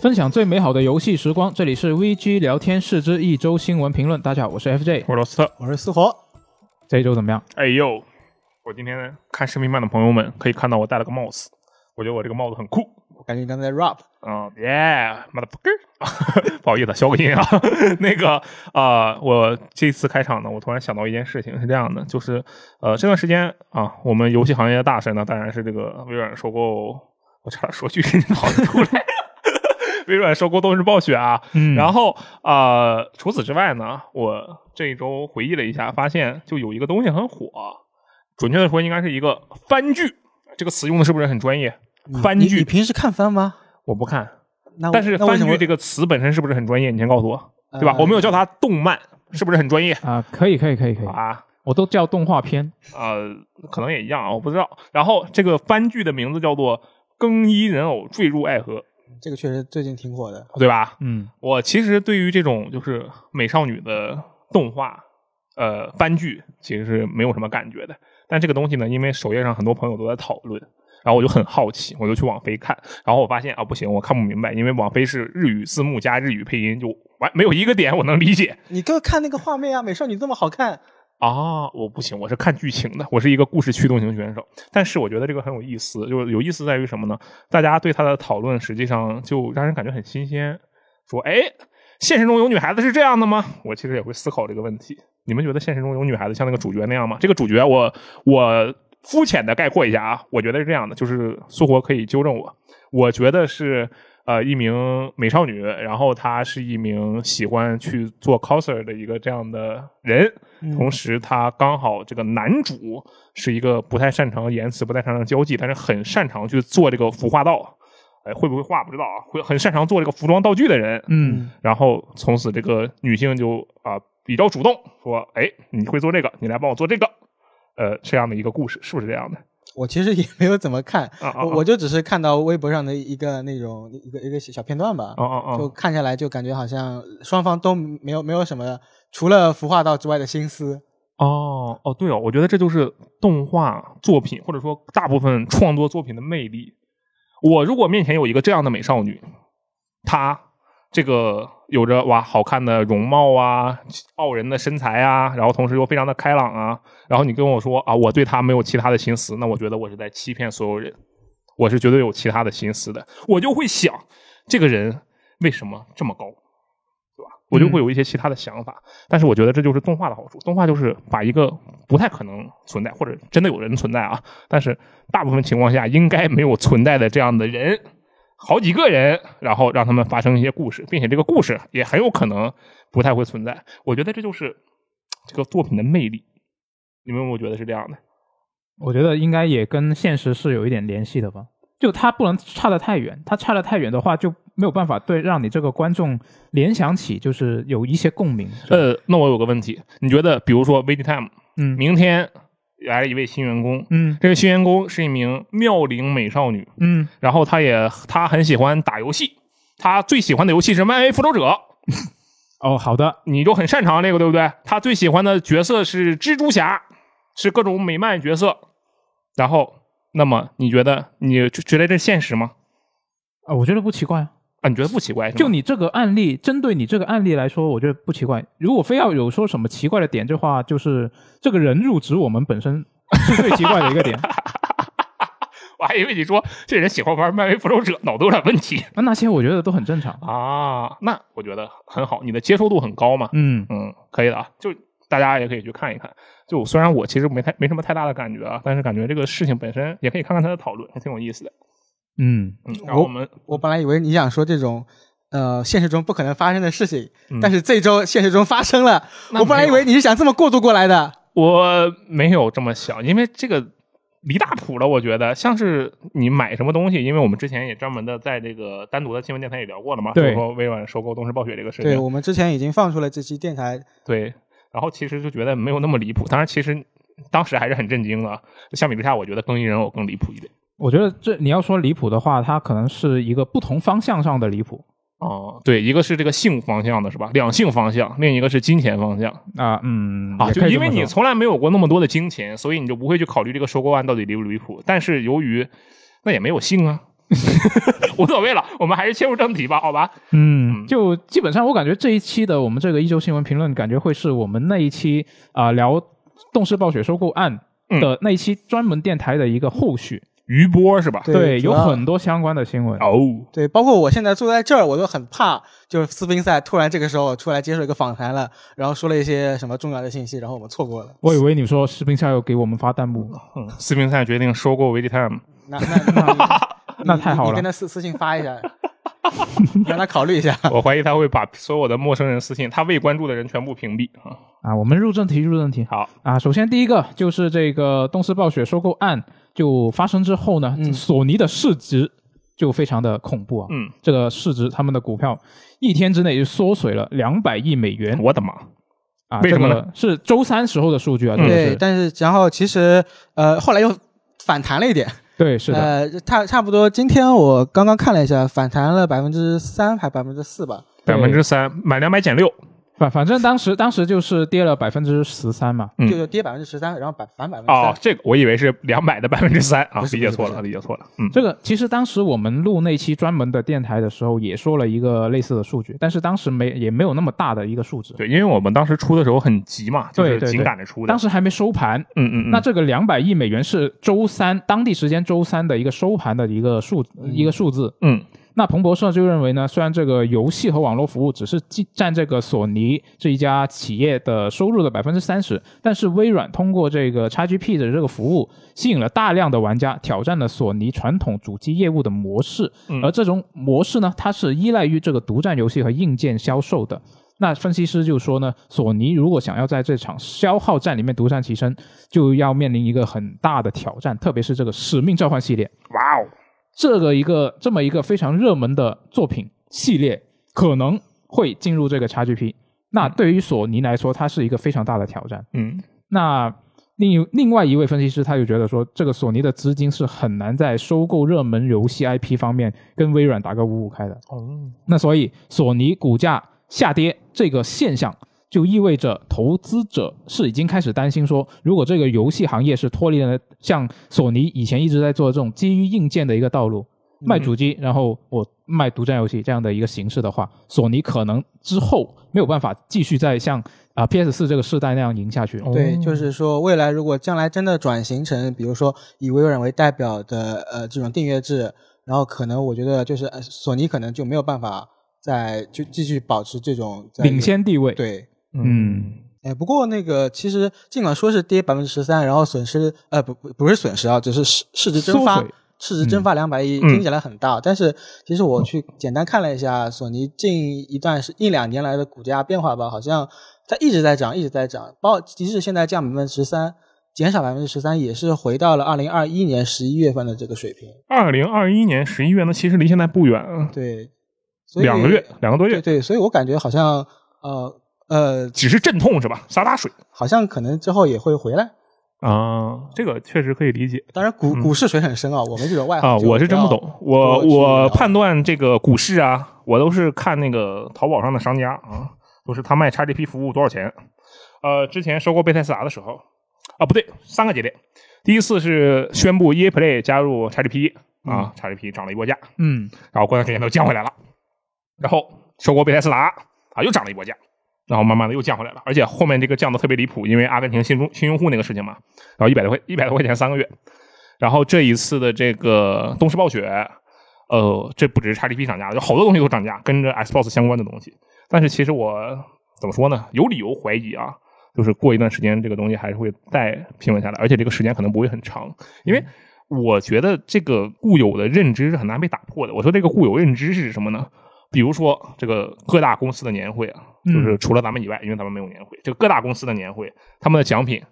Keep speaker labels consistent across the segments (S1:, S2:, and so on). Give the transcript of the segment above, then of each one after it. S1: 分享最美好的游戏时光，这里是 VG 聊天室之一周新闻评论。大家好，我是 FJ，
S2: 我是罗斯特。
S3: 我是思活，
S1: 这一周怎么样？
S2: 哎呦，我今天看视频版的朋友们可以看到我戴了个帽子，我觉得我这个帽子很酷。
S3: 我感觉你刚才在 rap，
S2: 嗯，Yeah，motherfucker，不好意思，消个音啊。 那个啊、呃我这次开场呢，我突然想到一件事情，是这样的，就是呃，这段时间啊，我们游戏行业的大神呢，当然是这个微软收购，我差点说句跑出来， 微软收购动视暴雪啊。
S1: 嗯
S2: 然后啊、呃除此之外呢，我这一周回忆了一下，发现就有一个东西很火，准确的说应该是一个番剧，这个词用的是不是很专业？番
S3: 嗯你你你
S2: 剧
S3: 平时看番吗？
S2: 我不看。
S3: 那我
S2: 但是
S3: 啊那为
S2: 番
S3: 什
S2: 剧
S3: 么
S2: 这个词本身是不是很专业？你先告诉我，
S3: 呃
S2: 对吧？我没有叫它动漫，是不是很专业
S1: 啊、可以，可以，可以，可以，
S2: 啊？
S1: 我都叫动画片。
S2: 呃，可能也一样啊，我不知道。然后这个番剧的名字叫做《更衣人偶坠入爱河》，
S3: 这个确实最近挺火的，
S2: 对吧？
S1: 嗯，
S2: 我其实对于这种就是美少女的动画，呃，番剧其实是没有什么感觉的。但这个东西呢，因为首页上很多朋友都在讨论，然后我就很好奇，我就去网飞看，然后我发现啊，不行，我看不明白，因为网飞是日语字幕加日语配音，就完没有一个点我能理解。
S3: 你给我看那个画面啊，美少女这么好看，
S2: 啊，我不行，我是看剧情的，我是一个故事驱动型选手。但是我觉得这个很有意思，就是有意思在于什么呢？大家对他的讨论实际上就让人感觉很新鲜，说哎，现实中有女孩子是这样的吗？我其实也会思考这个问题。你们觉得现实中有女孩子像那个主角那样吗？这个主角我我肤浅的概括一下啊，我觉得是这样的，就是苏活可以纠正我，我觉得是。呃，一名美少女，然后她是一名喜欢去做 coser 的一个这样的人，同时他刚好这个男主是一个不太擅长言辞、不太擅长交际，但是很擅长去做这个服化道，哎，会不会画不知道啊，会很擅长做这个服装道具的人。
S1: 嗯，
S2: 然后从此这个女性就啊、比较主动说，哎，你会做这个，你来帮我做这个，呃，这样的一个故事是不是这样的？
S3: 我其实也没有怎么看，
S2: 啊啊啊
S3: 我我就只是看到微博上的一个那种一个一个小片段吧，
S2: 啊啊
S3: 就
S2: 啊！
S3: 看下来就感觉好像双方都没有没有什么除了服化道之外的心思，
S2: 哦哦，对哦，我觉得这就是动画作品或者说大部分创作作品的魅力。我如果面前有一个这样的美少女，她这个有着哇好看的容貌啊，傲人的身材啊，然后同时又非常的开朗啊，然后你跟我说啊，我对她没有其他的心思，那我觉得我是在欺骗所有人，我是绝对有其他的心思的，我就会想这个人为什么这么高，对吧？我就会有一些其他的想法，但是我觉得这就是动画的好处，动画就是把一个不太可能存在，或者真的有人存在啊，但是大部分情况下应该没有存在的这样的人，好几个人，然后让他们发生一些故事，并且这个故事也很有可能不太会存在。我觉得这就是这个作品的魅力。你们有没有觉得是这样的？
S1: 我觉得应该也跟现实是有一点联系的吧。就它不能差得太远，它差得太远的话，就没有办法对让你这个观众联想起，就是有一些共鸣。是吧，
S2: 呃，那我有个问题，你觉得，比如说 v i t i m e
S1: 嗯
S2: 明天来了一位新员工，
S1: 嗯
S2: 这位新员工是一名妙龄美少女，
S1: 嗯，
S2: 然后他也他很喜欢打游戏，他最喜欢的游戏是漫威复仇者，
S1: 哦，好的，
S2: 你就很擅长这个，对不对？他最喜欢的角色是蜘蛛侠，是各种美漫角色。然后，那么你觉得你觉得这现实吗？
S1: 啊，我觉得不奇怪啊。
S2: 啊，你觉得不奇怪是吗？
S1: 就你这个案例，针对你这个案例来说，我觉得不奇怪。如果非要有说什么奇怪的点的话，就是这个人入职我们本身 是最奇怪的一个点。 啊
S2: 我还以为你说这人喜欢玩漫威复仇者，脑子有点问题
S1: 那些我觉得都很正常。
S2: 啊。那我觉得很好，你的接受度很高嘛。
S1: 嗯
S2: 嗯，可以的啊，就大家也可以去看一看。就虽然我其实没太没什么太大的感觉啊，但是感觉这个事情本身也可以看看他的讨论，还挺有意思的。
S1: 嗯，
S2: 嗯，然后我们
S3: 我本来以为你想说这种。呃，现实中不可能发生的事情，
S2: 嗯
S3: 但是这周现实中发生了。
S2: 那
S3: 我本来
S2: 没
S3: 以
S2: 有
S3: 为你是想这么过渡过来的，
S2: 我没有这么想，因为这个离大谱了。我觉得像是你买什么东西，因为我们之前也专门的在这个单独的新闻电台也聊过了嘛，就
S1: 对
S2: 是说微软收购东视暴雪这个事
S3: 对
S2: 情，
S3: 我们之前已经放出了这期电台，
S2: 对。然后其实就觉得没有那么离谱，当然其实当时还是很震惊的。相比之下，我觉得更衣人偶更离谱一点。
S1: 我觉得这你要说离谱的话，它可能是一个不同方向上的离谱
S2: 哦、对，一个是这个性方向的是吧？两性方向，另一个是金钱方向
S1: 啊。嗯
S2: 啊。
S1: 也
S2: 就
S1: 可以
S2: 因
S1: 这么
S2: 为你
S1: 说
S2: 从来没有过那么多的金钱，所以你就不会去考虑这个收购案到底离不离谱。但是由于那也没有性啊， 无所谓了，我们还是切入正题吧，好吧？
S1: 嗯
S2: 嗯，
S1: 就基本上我感觉这一期的我们这个一周新闻评论，感觉会是我们那一期啊、聊动视暴雪收购案
S2: 嗯
S1: 的那一期专门电台的一个后续。
S2: 余波是吧？
S3: 对主
S1: 有
S3: 要
S1: 很多相关的新闻。
S2: 哦，
S3: 对，包括我现在坐在这儿，我都很怕，就是斯宾塞突然这个时候出来接受一个访谈了，然后说了一些什么重要的信息，然后我们错过了。
S1: 我以为你说士兵下要给我们发弹幕，
S2: 嗯，斯宾塞决定收购维力 time，
S3: 那那你
S1: 那太好
S3: 你
S1: 了
S3: 你跟他私私信发 一下，让他考虑一下。
S1: 嗯
S2: 我怀疑他会把所有的陌生人私信，他未关注的人全部屏蔽啊。
S1: 啊！我们入正题，入正题。
S2: 好，
S1: 啊，首先第一个就是这个东视暴雪收购案就发生之后呢，
S3: 嗯
S1: 索尼的市值就非常的恐怖啊，
S2: 嗯，
S1: 这个市值他们的股票一天之内就缩水了两百亿美元
S2: 我的妈，
S1: 啊，
S2: 哦为什么
S1: 这
S2: 呢
S1: 个是周三时候的数据啊，这
S2: 嗯
S1: 个
S3: 对，
S1: 是
S3: 但是然后其实呃后来又反弹了一点，
S1: 对是的，
S3: 呃差差不多今天我刚刚看了一下，反弹了百分之三还百分之四吧。
S1: 对
S2: 百分之三，买两百减六，
S1: 反反正当时当时就是跌了百分之十三嘛，
S2: 嗯
S3: 就跌百分之十三，然后反反百分之
S2: 哦
S3: 三，，
S2: 这个我以为是两百的百分之三啊，
S3: 不是
S2: 理解错
S3: 不
S2: 了，
S3: 是
S2: 理解错了。嗯，
S1: 这个其实当时我们录那期专门的电台的时候也说了一个类似的数据，但是当时没也没有那么大的一个数值，
S2: 对，因为我们当时出的时候很急嘛，就
S1: 对
S2: 是
S1: 对
S2: 紧
S1: 对
S2: 赶着出的
S1: 当。时还没收盘，
S2: 嗯嗯嗯，
S1: 那这个两百亿美元是周三当地时间周三的一个收盘的一个数、一个数字。
S2: 嗯
S1: 那彭博社就认为呢，虽然这个游戏和网络服务只是既占这个索尼这一家企业的收入的百分之三十，但是微软通过这个 XGP 的这个服务，吸引了大量的玩家，挑战了索尼传统主机业务的模式。
S2: 嗯
S1: 而这种模式呢，它是依赖于这个独占游戏和硬件销售的。那分析师就说呢，索尼如果想要在这场消耗战里面独占其身，就要面临一个很大的挑战，特别是这个《使命召唤》系列
S2: 哇哦，
S1: 这个一个这么一个非常热门的作品系列，可能会进入这个 XGP。那对于索尼来说，它是一个非常大的挑战。
S2: 嗯
S1: 那另另外一位分析师他就觉得说，这个索尼的资金是很难在收购热门游戏 IP 方面跟微软打个五五开的。
S2: 哦，
S1: 那所以索尼股价下跌这个现象，就意味着投资者是已经开始担心说，如果这个游戏行业是脱离了像索尼以前一直在做的这种基于硬件的一个道路，卖主机，然后我卖独占游戏这样的一个形式的话，索尼可能之后没有办法继续再像啊、PS 四这个世代那样赢下去。
S2: 哦
S3: 对，就是说，未来如果将来真的转型成，比如说以微软为代表的呃这种订阅制，然后可能我觉得就是呃索尼可能就没有办法再就继续保持这种在
S1: 领。先地位，
S3: 对，
S1: 嗯，
S3: 哎，不过那个其实尽管说是跌百分之十三，然后损失呃不不不是损失啊，只是市市值蒸
S1: 缩
S3: 发
S1: 水，
S3: 市值蒸发两百亿，
S2: 嗯
S3: 听起来很大，但是其实我去简单看了一下索尼近一段是一两年来的股价变化吧，好像它一直在涨，一直在涨，包即使现在降百分之十三，减少百分之十三，也是回到了二零二一年十一月份的这个水平。
S2: 二零二一年十一月，那其实离现在不远，
S3: 对，所以
S2: 两个月，两个多
S3: 对
S2: 月，
S3: 对，所以我感觉好像呃呃，
S2: 只是阵痛是吧？洒洒水
S3: 好像可能之后也会回来。
S2: 啊，这个确实可以理解
S3: 当然股，股、
S2: 嗯
S3: 市水很深啊，我们这种外行
S2: 啊。
S3: 就
S2: 我是真不
S3: 要。
S2: 懂，我
S3: 多去
S2: 我
S3: 了解
S2: 判断这个股市啊，我都是看那个淘宝上的商家啊，都是他卖 XGP 服务多少钱。呃，之前收购贝塞斯达的时候，啊不对，三个节点，第一次是宣布 EA Play 加入 XGP 啊，XGP 涨了一波价，
S1: 嗯，
S2: 然后过段时间又降回来了，然后收购贝塞斯达啊，又涨了一波价，然后慢慢的又降回来了，而且后面这个降的特别离谱，因为阿根廷新中新用户那个事情嘛，然后一百多块一百多块钱三个月，然后这一次的这个东视暴雪，呃，这不只是 XGP 涨价，就好多东西都涨价，跟着 Xbox 相关的东西。但是其实我怎么说呢，有理由怀疑啊，就是过一段时间这个东西还是会再平稳下来，而且这个时间可能不会很长，因为我觉得这个固有的认知是很难被打破的。我说这个固有认知是什么呢？比如说这个各大公司的年会啊，
S1: 嗯
S2: 就是除了咱们以外，因为咱们没有年会，这个各大公司的年会，他们的奖品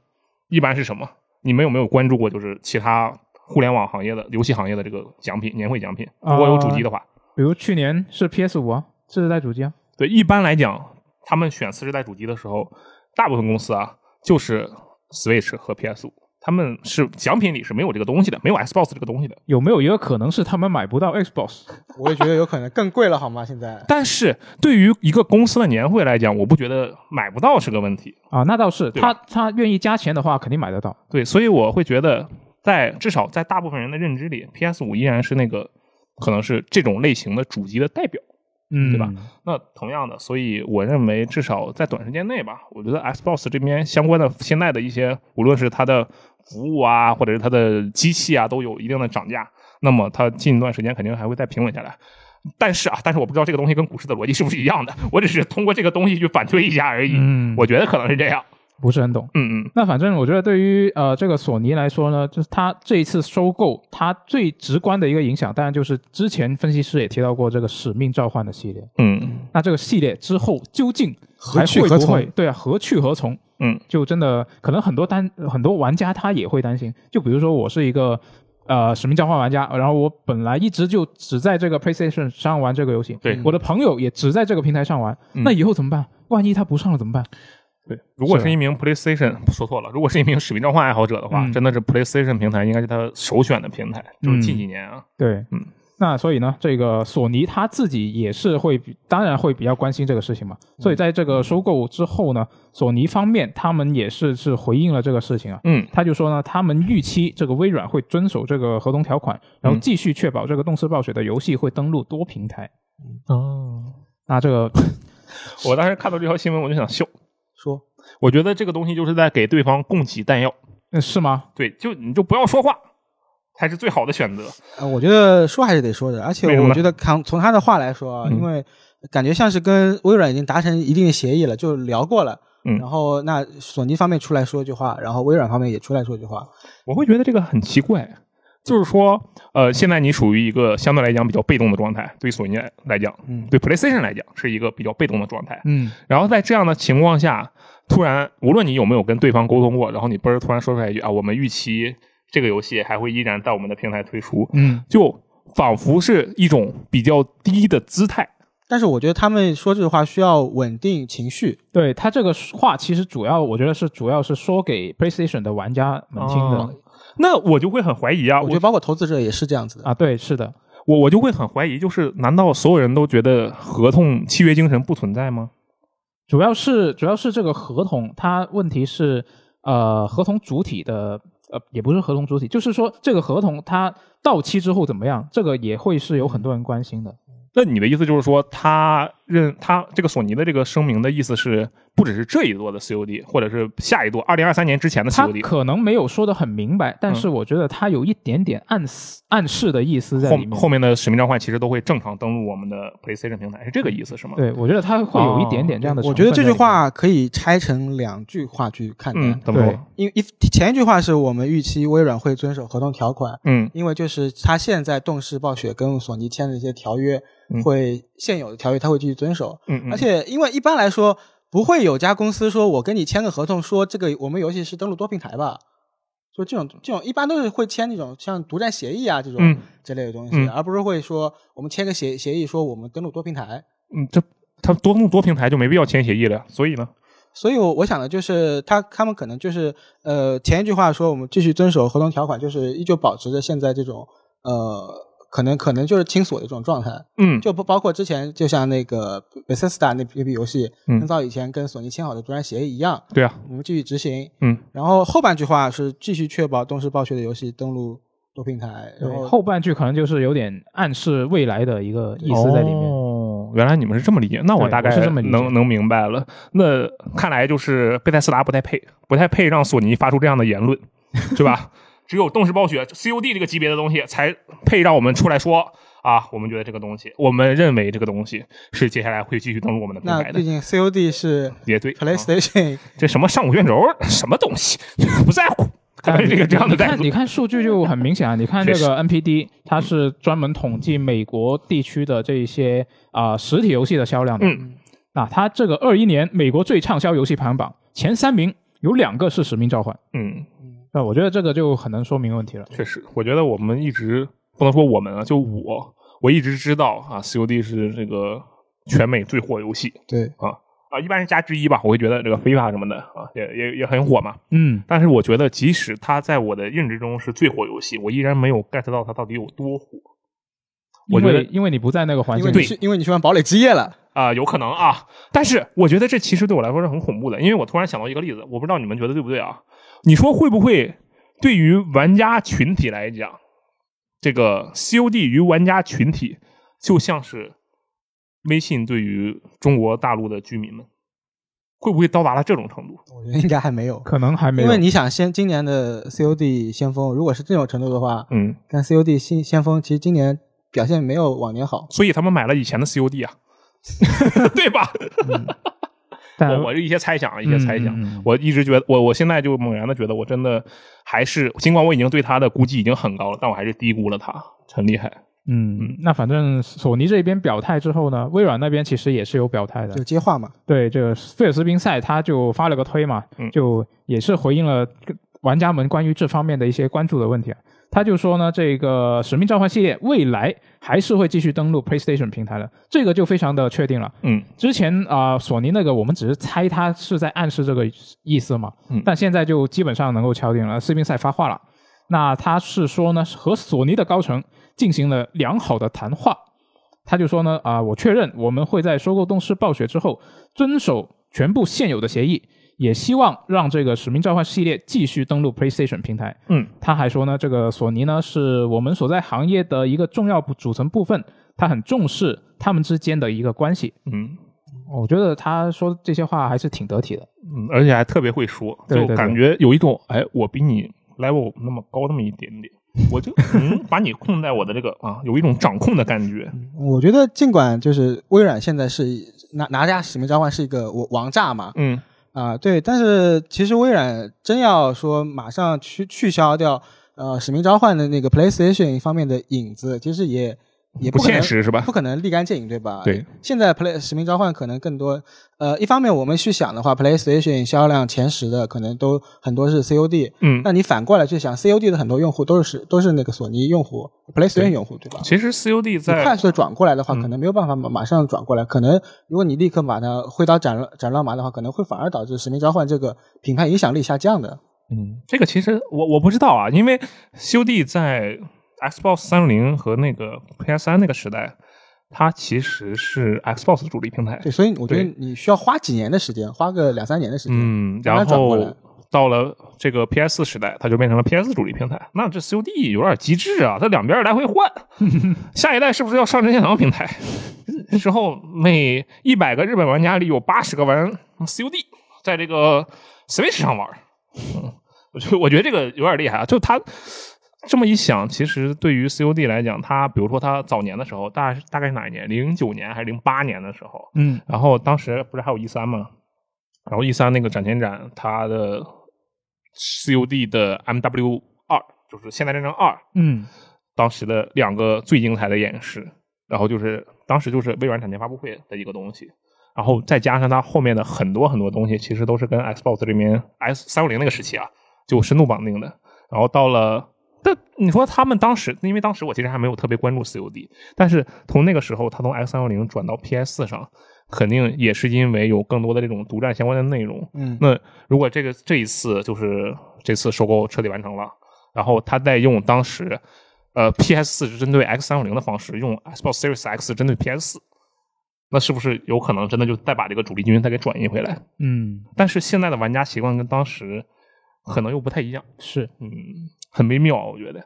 S2: 一般是什么？你们有没有关注过？就是其他互联网行业的、游戏行业的这个奖品、年会奖品，如果有主机的话，
S1: 比如去年是 PS 五啊，这是代主机啊，
S2: 对，一般来讲，他们选次世代主机的时候，大部分公司啊，就是 Switch 和 PS 五，他们是奖品里是没有这个东西的，没有 Xbox 这个东西的。
S1: 有没有一个可能是他们买不到 Xbox？
S3: 我也觉得有可能更贵了，好吗？现在
S2: 但是对于一个公司的年会来讲，我不觉得买不到是个问题。
S1: 啊，那倒是，
S2: 对
S1: 他
S2: 吧
S1: 他愿意加钱的话，肯定买得到。
S2: 对，所以我会觉得在，至少在大部分人的认知里，PS 五依然是那个可能是这种类型的主机的代表。
S1: 嗯，
S2: 对吧？那同样的，所以我认为至少在短时间内吧，我觉得 Xbox 这边相关的现在的一些，无论是它的服务啊，或者是它的机器啊，都有一定的涨价。那么它近一段时间肯定还会再平稳下来。但是啊，但是我不知道这个东西跟股市的逻辑是不是一样的，我只是通过这个东西去反推一下而已。
S1: 嗯
S2: 我觉得可能是这样。
S1: 不是很懂。
S2: 嗯嗯，
S1: 那反正我觉得，对于呃这个索尼来说呢，就是它这一次收购，它最直观的一个影响，当然就是之前分析师也提到过这个《使命召唤》的系列。
S2: 嗯
S1: 那这个系列之后究竟还
S4: 何去
S1: 会
S4: 何
S1: 不会
S4: 从
S1: 对啊？何去何从？
S2: 嗯，
S1: 就真的可能很多担很多玩家他也会担心。就比如说我是一个呃使命召唤玩家，然后我本来一直就只在这个 PlayStation 上玩这个游戏，
S2: 对
S1: 我的朋友也只在这个平台上玩，
S2: 嗯
S1: 那以后怎么办？万一他不上了怎么办？
S2: 对。如果
S1: 是啊
S2: 是一名 PlayStation，说错了，如果是一名使命召唤爱好者的话，
S1: 嗯
S2: 真的是 PlayStation 平台应该是他首选的平台，就是近几年啊。
S1: 对，
S2: 嗯。
S1: 那所以呢，这个索尼他自己也是会比，当然会比较关心这个事情嘛。所以在这个收购之后呢，索尼方面他们也是是回应了这个事情啊。
S2: 嗯
S1: 他就说呢，他们预期这个微软会遵守这个合同条款，然后
S2: 嗯
S1: 继续确保这个动视暴雪的游戏会登陆多平台。
S4: 哦，
S1: 那这个，
S2: 我当时看到这条新闻，我就想笑。
S3: 说
S2: 我觉得这个东西就是在给对方供给弹药，
S1: 那嗯是吗？
S2: 对，就你就不要说话，才是最好的选择。
S3: 呃，我觉得说还是得说的，而且
S2: 为什么
S3: 我觉得看从他的话来说啊，
S2: 嗯
S3: 因为感觉像是跟微软已经达成一定的协议了，就聊过了。
S2: 嗯
S3: 然后那索尼方面出来说一句话，然后微软方面也出来说一句话，
S2: 我会觉得这个很奇怪，就是说，呃，现在你属于一个相对来讲比较被动的状态，对于索尼来讲，
S3: 嗯
S2: 对 PlayStation 来讲是一个比较被动的状态。
S1: 嗯，
S2: 然后在这样的情况下，突然无论你有没有跟对方沟通过，然后你嘣儿突然说出来一句啊，我们预期这个游戏还会依然在我们的平台推出，
S1: 嗯，
S2: 就仿佛是一种比较低的姿态。
S3: 但是我觉得他们说这句话需要稳定情绪，
S1: 对他这个话其实主要，我觉得是主要是说给 PlayStation 的玩家们听的、
S2: 哦那我就会很怀疑啊，
S3: 我
S2: 我
S3: 觉得包括投资者也是这样子的。
S1: 啊。对，是的，
S2: 我我就会很怀疑，就是难道所有人都觉得合同契约精神不存在吗？
S1: 主要是主要是这个合同，它问题是呃合同主体的呃也不是合同主体，就是说这个合同它到期之后怎么样，这个也会是有很多人关心的。
S2: 那你的意思就是说，他认他这个索尼的这个声明的意思是，不只是这一座的 COD，或者是下一座二零二三年之前的
S1: 他
S2: COD，
S1: 可能没有说的很明白，但
S2: 嗯
S1: 是我觉得他有一点点暗示暗示的意思在里
S2: 后
S1: 面。
S2: 后面的使命召唤其实都会正常登录我们的 PlayStation 平台，是这个意思是吗？，
S1: 对，我觉得他会有一点
S2: 哦
S1: 点这样的、
S3: 我觉得这句，话可以拆成两句话去看待，
S2: 嗯，怎么
S1: 对
S2: 说？
S3: 因为一前一句话是我们预期微软会遵守合同条款，
S2: 嗯
S3: 因为就是他现在动视暴雪跟索尼签的一些条约
S2: 嗯，
S3: 会现有的条约他会继续遵守，
S2: 嗯嗯，
S3: 而且因为一般来说不会有家公司说我跟你签个合同，说这个我们游戏是登录多平台吧。就这种这种一般都是会签那种像独占协议啊这种
S2: 嗯
S3: 之类的东西，
S2: 嗯
S3: 而不是会说我们签个协协议说我们登录多平台。
S2: 嗯，这他多弄多平台就没必要签协议了呀，所以呢，
S3: 所以我，我想的就是他他们可能就是呃前一句话说我们继续遵守合同条款，就是依旧保持着现在这种呃可能可能就是清锁的这种状态，
S2: 嗯，
S3: 就不包括之前就像那个呃 Bethesda 那那批游戏
S2: 嗯
S3: 很早以前跟索尼签好的独占协议一样，
S2: 对啊，
S3: 我们继续执行。
S2: 嗯，
S3: 然后后半句话是继续确保动视暴雪的游戏登录多平台，
S1: 对
S3: 然
S2: 哦
S3: 后
S1: 后半句可能就是有点暗示未来的一个意思在里面。
S2: 哦，原来你们是这么理解，那我
S1: 对
S2: 大概
S1: 我是这么理解
S2: 能能明白了。那看来就是贝塞斯达不太配，不太配让索尼发出这样的言论，是吧？ 只有动视暴雪 COD 这个级别的东西才配让我们出来说啊，我们觉得这个东西，我们认为这个东西是接下来会继续登陆我们的平
S3: 那
S2: 台的
S3: 毕。竟 COD 是
S2: 也对啊
S3: PlayStation
S2: 这什么上古卷轴，什么东西 不在乎，可
S1: 但
S2: 能是这个这样的
S1: 你
S2: 态
S1: 看，
S2: 度
S1: 你。看数据就很明显啊！你看这
S2: 确实
S1: 个 NPD，它是专门统计美国地区的这一些啊、实体游戏的销量的。
S2: 嗯，
S1: 那它这个二一年美国最畅销游戏排行榜前三名有两个是《使命召唤》，
S2: 嗯，
S1: 那我觉得这个就很能说明问题了。
S2: 确实，我觉得我们一直不能说我们啊，就我，我一直知道啊，COD 是这个全美最火游戏
S3: 对
S2: 啊，一般人家之一吧。我会觉得这个非法什么的啊，也也也很火嘛。
S1: 嗯，
S2: 但是我觉得，即使它在我的认知中是最火游戏，我依然没有 get 到它到底有多火我
S1: 因
S2: 觉
S1: 为
S2: 得
S1: 因为你不在那个环
S3: 因
S1: 境
S3: 为
S1: 里，
S3: 你去因为你去玩堡垒之夜了，
S2: 啊、有可能啊。但是我觉得这其实对我来说是很恐怖的，因为我突然想到一个例子，我不知道你们觉得对不对啊？你说会不会对于玩家群体来讲，这个 COD 与玩家群体就像是微信对于中国大陆的居民们，会不会到达了这种程度？
S3: 我觉得应该还没有，
S1: 可能还没有，
S3: 因为你想先今年的 COD 先锋，如果是这种程度的话，
S2: 嗯，
S3: 但 COD 新先锋其实今年表现没有往年好。
S2: 所以他们买了以前的 COD 啊， 对吧？
S1: 但
S2: 我我是一些猜想，啊，一些猜想。
S1: 嗯嗯嗯
S2: 我一直觉得，我我现在就猛然的觉得，我真的还是，尽管我已经对他的估计已经很高了，但我还是低估了他，很厉害。
S1: 嗯，那反正索尼这边表态之后呢，微软那边其实也是有表态的
S3: 就，接话嘛，
S1: 对这个菲尔斯宾塞他就发了个推嘛，
S2: 嗯
S1: 就也是回应了玩家们关于这方面的一些关注的问题啊。他就说呢，这个《使命召唤》系列未来还是会继续登陆 PlayStation 平台的，这个就非常的确定了。
S2: 嗯，
S1: 之前啊、索尼那个我们只是猜他是在暗示这个意思嘛，
S2: 嗯
S1: 但现在就基本上能够敲定了。斯宾塞发话了，那他是说呢，和索尼的高层进行了良好的谈话，他就说呢，啊、我确认我们会在收购动视暴雪之后遵守全部现有的协议，也希望让这个《使命召唤》系列继续登陆 PlayStation 平台。
S2: 嗯，
S1: 他还说呢，这个索尼呢是我们所在行业的一个重要组成部分，他很重视他们之间的一个关系。
S2: 嗯
S1: 我觉得他说这些话还是挺得体的。
S2: 嗯，而且还特别会说，
S1: 对对
S2: 就
S1: 对
S2: 感觉有一种，哎，我比你 level 那么高那么一点点，我就嗯把你控在我的这个啊，有一种掌控的感觉。
S3: 我觉得尽管就是微软现在是拿拿下《使命召唤》是一个王王炸嘛，
S2: 嗯
S3: 啊、对，但是其实微软真要说马上去取消掉呃《使命召唤》的那个 PlayStation 方面的影子，其实也也
S2: 不
S3: 可能
S2: 现实是吧
S3: 不可能立竿见影，对吧？
S2: 对，
S3: 现在 Play《使命召唤》可能更多，呃，一方面我们去想的话，PlayStation 销量前十的可能都很多是 COD，
S2: 嗯，
S3: 那你反过来去想，COD 的很多用户都是都是那个索尼用户，PlayStation
S2: 对
S3: 用户，对吧？
S2: 其实 COD
S3: 你
S2: 在
S3: 快速地转过来的话，
S2: 嗯
S3: 可能没有办法马马上转过来。可能如果你立刻把它挥刀斩乱斩乱麻的话，可能会反而导致《使命召唤》这个品牌影响力下降的。
S2: 嗯，这个其实我我不知道啊，因为修弟在 Xbox 三六零和那个 PS 三那个时代，它其实是 Xbox 主力平台
S3: 对，。所以我觉得
S2: 对
S3: 你需要花几年的时间，花个两三年的时间。
S2: 嗯，
S3: 慢慢
S2: 然
S3: 转过来
S2: 后到了这个 PS 四时代，它就变成了 PS 主力平台。那这 COD 有点极致啊，它两边来回 换，下一代是不是要上任天堂平台？之后每一百个日本玩家里有八十个玩 COD，在这个 Switch 上玩。嗯，我觉得我觉得这个有点厉害啊，就他。这么一想，其实对于 COD 来讲，他比如说他早年的时候，大大概是哪一年？零九年还是零八年的时候，
S1: 嗯
S2: 然后当时不是还有 E 三吗？然后 E 三那个展前展，它的 COD 的 MW 二，就是《现代战争二》，
S1: 嗯
S2: 当时的两个最精彩的演示，然后就是当时就是微软产前发布会的一个东西，然后再加上它后面的很多很多东西，其实都是跟 Xbox 这边 S 三五零那个时期啊，就深度绑定的。然后到了，但你说他们当时，因为当时我其实还没有特别关注 COD，但是从那个时候，他从 X 三六零转到 PS 四上，肯定也是因为有更多的这种独占相关的内容，
S3: 嗯，
S2: 那如果这个这一次就是这次收购彻底完成了，然后他再用当时呃 PS 四是针对 X 三五零的方式，用 Xbox Series X 针对 PS 四，那是不是有可能真的就再把这个主力军再给转移回来？
S1: 嗯，
S2: 但是现在的玩家习惯跟当时可能又不太一样，
S1: 是
S2: 嗯，很微妙，我觉得。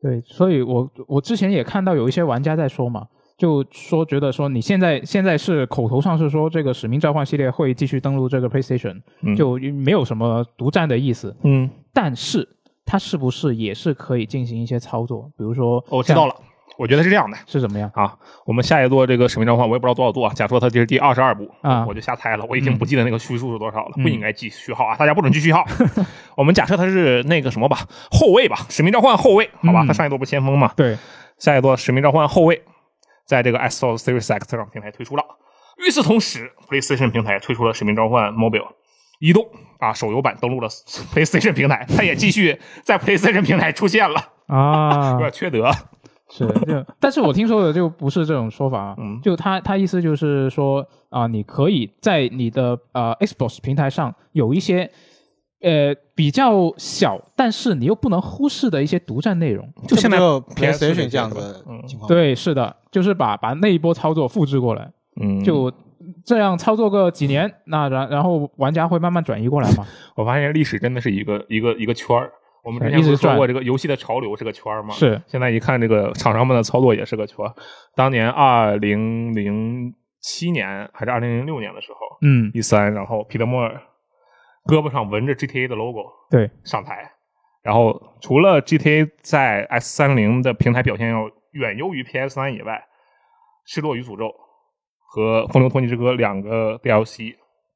S1: 对，所以我我之前也看到有一些玩家在说嘛，就说觉得说你现在现在是口头上是说这个《使命召唤》系列会继续登陆这个 PlayStation，
S2: 嗯
S1: 就没有什么独占的意思，
S2: 嗯，
S1: 但是它是不是也是可以进行一些操作？比如说，
S2: 哦我知道了，我觉得是这样的。
S1: 是怎么样？
S2: 啊，我们下一座这个《使命召唤》，我也不知道多少座啊。假说它这是第二十二部
S1: 啊
S2: 我就瞎猜了，我已经不记得那个虚数是多少了，
S1: 嗯
S2: 不应该记序号啊，大家不准记序号。 我们假设它是那个什么吧，后卫吧，《使命召唤》后卫，好吧，
S1: 嗯
S2: 它上一座不是先锋嘛，
S1: 对，
S2: 下一座《使命召唤》后卫在这个 Xbox Series X 上平台推出了。与此同时，PlayStation 平台推出了《使命召唤 Mobile》移动啊手游版登陆了 PlayStation 平台，它也继续在 PlayStation 平台出现了，有
S1: 啊，
S2: 点缺德。
S1: 是，就 但是我听说的就不是这种说法啊，
S2: 嗯
S1: 就他他意思就是说啊、你可以在你的呃 Xbox 平台上有一些呃比较小，但是你又不能忽视的一些独占内容。
S2: 就现在
S3: 这不就
S2: PS 这
S3: PlayStation
S2: 个
S3: 这样子
S2: 是吧嗯
S3: 的情况，，
S1: 对，是的，就是把把那一波操作复制过来，
S2: 嗯
S1: 就这样操作个几年，那然然后玩家会慢慢转移过来嘛？
S2: 我发现历史真的是一个一个一个圈儿。我们
S1: 对
S2: 之前
S1: 一
S2: 不是
S1: 直
S2: 说
S1: 转
S2: 过这个游戏的潮流是个圈儿吗？
S1: 是
S2: 现在一看这个厂商们的操作也是个圈儿。当年二零零七年还是二零零六年的时候
S1: 嗯，
S2: ，E 三，然后皮特莫尔胳膊上纹着 GTA 的 logo
S1: 对，
S2: 上台，然后除了 GTA 在 S 三零的平台表现要远优于 PS 三以外，《失落与诅咒》和《风流托尼之歌》两个 DLC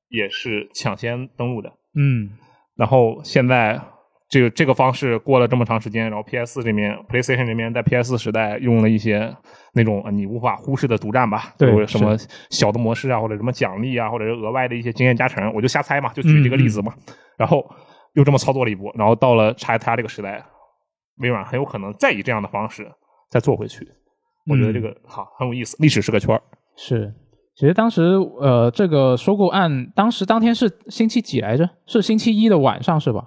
S2: 也是抢先登录的。
S1: 嗯，
S2: 然后现在这个这个方式过了这么长时间，然后 PS 这边、PlayStation 这边在 PS 时代用了一些那种呃你无法忽视的独占吧，
S1: 对
S2: 有什么小的模式啊，或者什么奖励啊，或者是额外的一些经验加成，我就瞎猜嘛，就举这个例
S1: 嗯
S2: 子嘛。然后又这么操作了一波，然后到了叉叉这个时代，微软很有可能再以这样的方式再做回去。我觉得
S1: 嗯
S2: 这个、好很有意思，历史是个圈儿。
S1: 是。其实当时呃，这个收购案当时当天是星期几来着？是星期一的晚上是吧？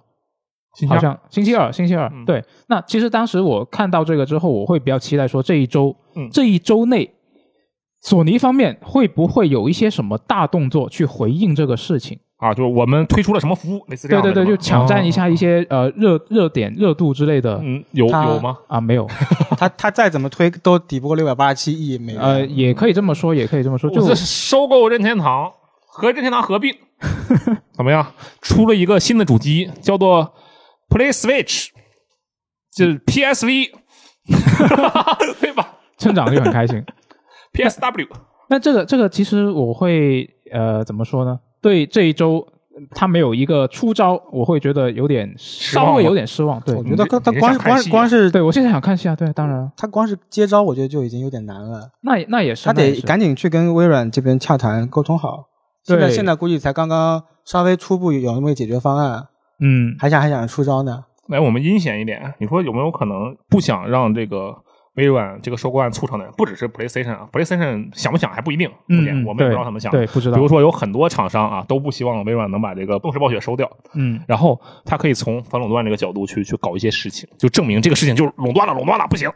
S1: 好像星期二，星期二、
S2: 嗯
S1: 对，那其实当时我看到这个之后，我会比较期待说这一周，
S2: 嗯
S1: 这一周内，索尼方面会不会有一些什么大动作去回应这个事情？
S2: 啊，就是我们推出了什么服务，类似这
S1: 对
S2: 样
S1: 对
S2: 的
S1: 对，
S2: 是
S1: 就
S2: 吗哦
S1: 抢占一下一些、呃热热点、热度之类的。
S2: 嗯，有
S3: 它
S2: 有吗？
S1: 啊，没有，
S3: 他他再怎么推都抵不过六百八十七亿美元。
S1: 呃，也可以这么说，也可以这么说，就
S2: 我这收购任天堂和任天堂 合并，怎么样？出了一个新的主机，叫做 Play Switch，就是 PSV，对吧
S1: 村长就很开心。
S2: ？PSW
S1: 那这个这个，其实我会呃怎么说呢？对这一周他没有一个出招，我会觉得有点
S2: 望
S1: 稍微
S2: 吗
S1: 有点失望。对嗯
S3: 我，觉得他他
S2: 你是
S3: 光是
S2: 想看
S3: 光
S2: 戏
S3: 是
S2: 啊
S3: 光是
S1: 对我现在想看戏啊，对，当
S2: 嗯
S1: 然了，
S3: 他光是接招，我觉得就已经有点难了。
S1: 那也那也是，
S3: 他
S1: 那也
S3: 得
S1: 是
S3: 赶紧去跟微软这边洽谈沟通好。
S1: 对
S3: 现在现在估计才刚刚稍微初步有那么个解决方案，
S1: 嗯，
S3: 还想还想出招呢。
S2: 来，我们阴险一点，你说有没有可能不想让这个微软这个收购案促成的人，不只是 PlayStation 啊，PlayStation 想不想还不一定，
S1: 嗯
S2: 点
S1: 嗯
S2: 我们也不知
S1: 对
S2: 道他们想。
S1: 对，不知道
S2: 比如，说有很多厂商啊，都不希望微软能把这个动视暴雪收掉，
S1: 嗯，
S2: 然后他可以从反垄断这个角度去去搞一些事情，就证明这个事情就是垄断了，垄断了不行。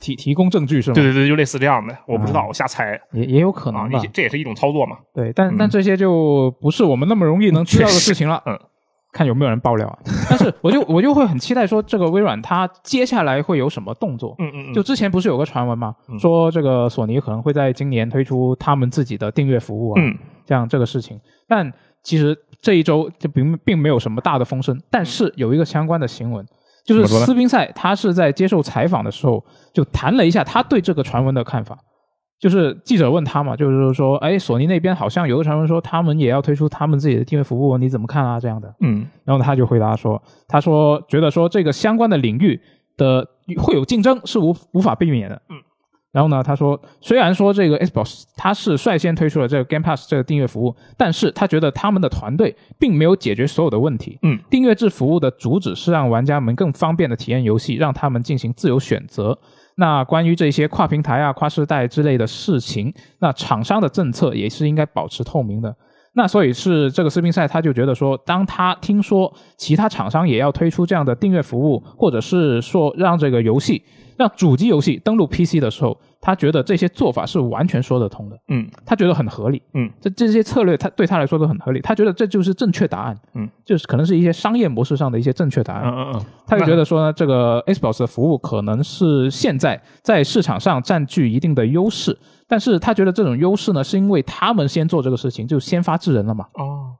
S1: 提提供证据是吗？
S2: 对，对对，就类似这样的，我不知道，
S1: 啊
S2: 我瞎猜
S1: 也也有可
S2: 啊
S1: 能，吧
S2: 一些。这也是一种操作嘛。
S1: 对，但但
S2: 嗯
S1: 这些就不是我们那么容易能知道的事情了。
S2: 确实嗯，
S1: 看有没有人爆料啊。但是我就我就会很期待说，这个微软它接下来会有什么动作？
S2: 嗯嗯嗯，
S1: 就之前不是有个传闻嘛，
S2: 嗯
S1: 说这个索尼可能会在今年推出他们自己的订阅服务啊，
S2: 嗯
S1: 像这个事情。但其实这一周就并并没有什么大的风声，但是有一个相关的新闻，就是
S2: 嗯怎么说呢
S1: 斯宾塞他是在接受采访的时候就谈了一下他对这个传闻的看法。就是记者问他嘛，就是说，哎，索尼那边好像有个传闻说他们也要推出他们自己的订阅服务，你怎么看啊？这样的，
S2: 嗯
S1: 然后他就回答说：“他说觉得说这个相关的领域的会有竞争是无无法避免的。”
S2: 嗯。
S1: 然后呢，他说虽然说这个 Xbox 它是率先推出了这个 Game Pass 这个订阅服务，但是他觉得他们的团队并没有解决所有的问题。
S2: 嗯，
S1: 订阅制服务的主旨是让玩家们更方便的体验游戏，让他们进行自由选择。那关于这些跨平台啊、跨世代之类的事情，那厂商的政策也是应该保持透明的。那所以是这个斯宾塞他就觉得说，当他听说其他厂商也要推出这样的订阅服务，或者是说让这个游戏让主机游戏登录 PC 的时候，他觉得这些做法是完全说得通的，
S2: 嗯
S1: 他觉得很合理。
S2: 嗯，
S1: 这这些策略他对他来说都很合理，他觉得这就是正确答案。
S2: 嗯，
S1: 就是可能是一些商业模式上的一些正确答
S2: 嗯
S1: 案。
S2: 嗯嗯，
S1: 他就觉得说呢，这个 Xbox 的服务可能是现在在市场上占据一定的优势，但是他觉得这种优势呢，是因为他们先做这个事情，就先发制人了嘛，
S2: 哦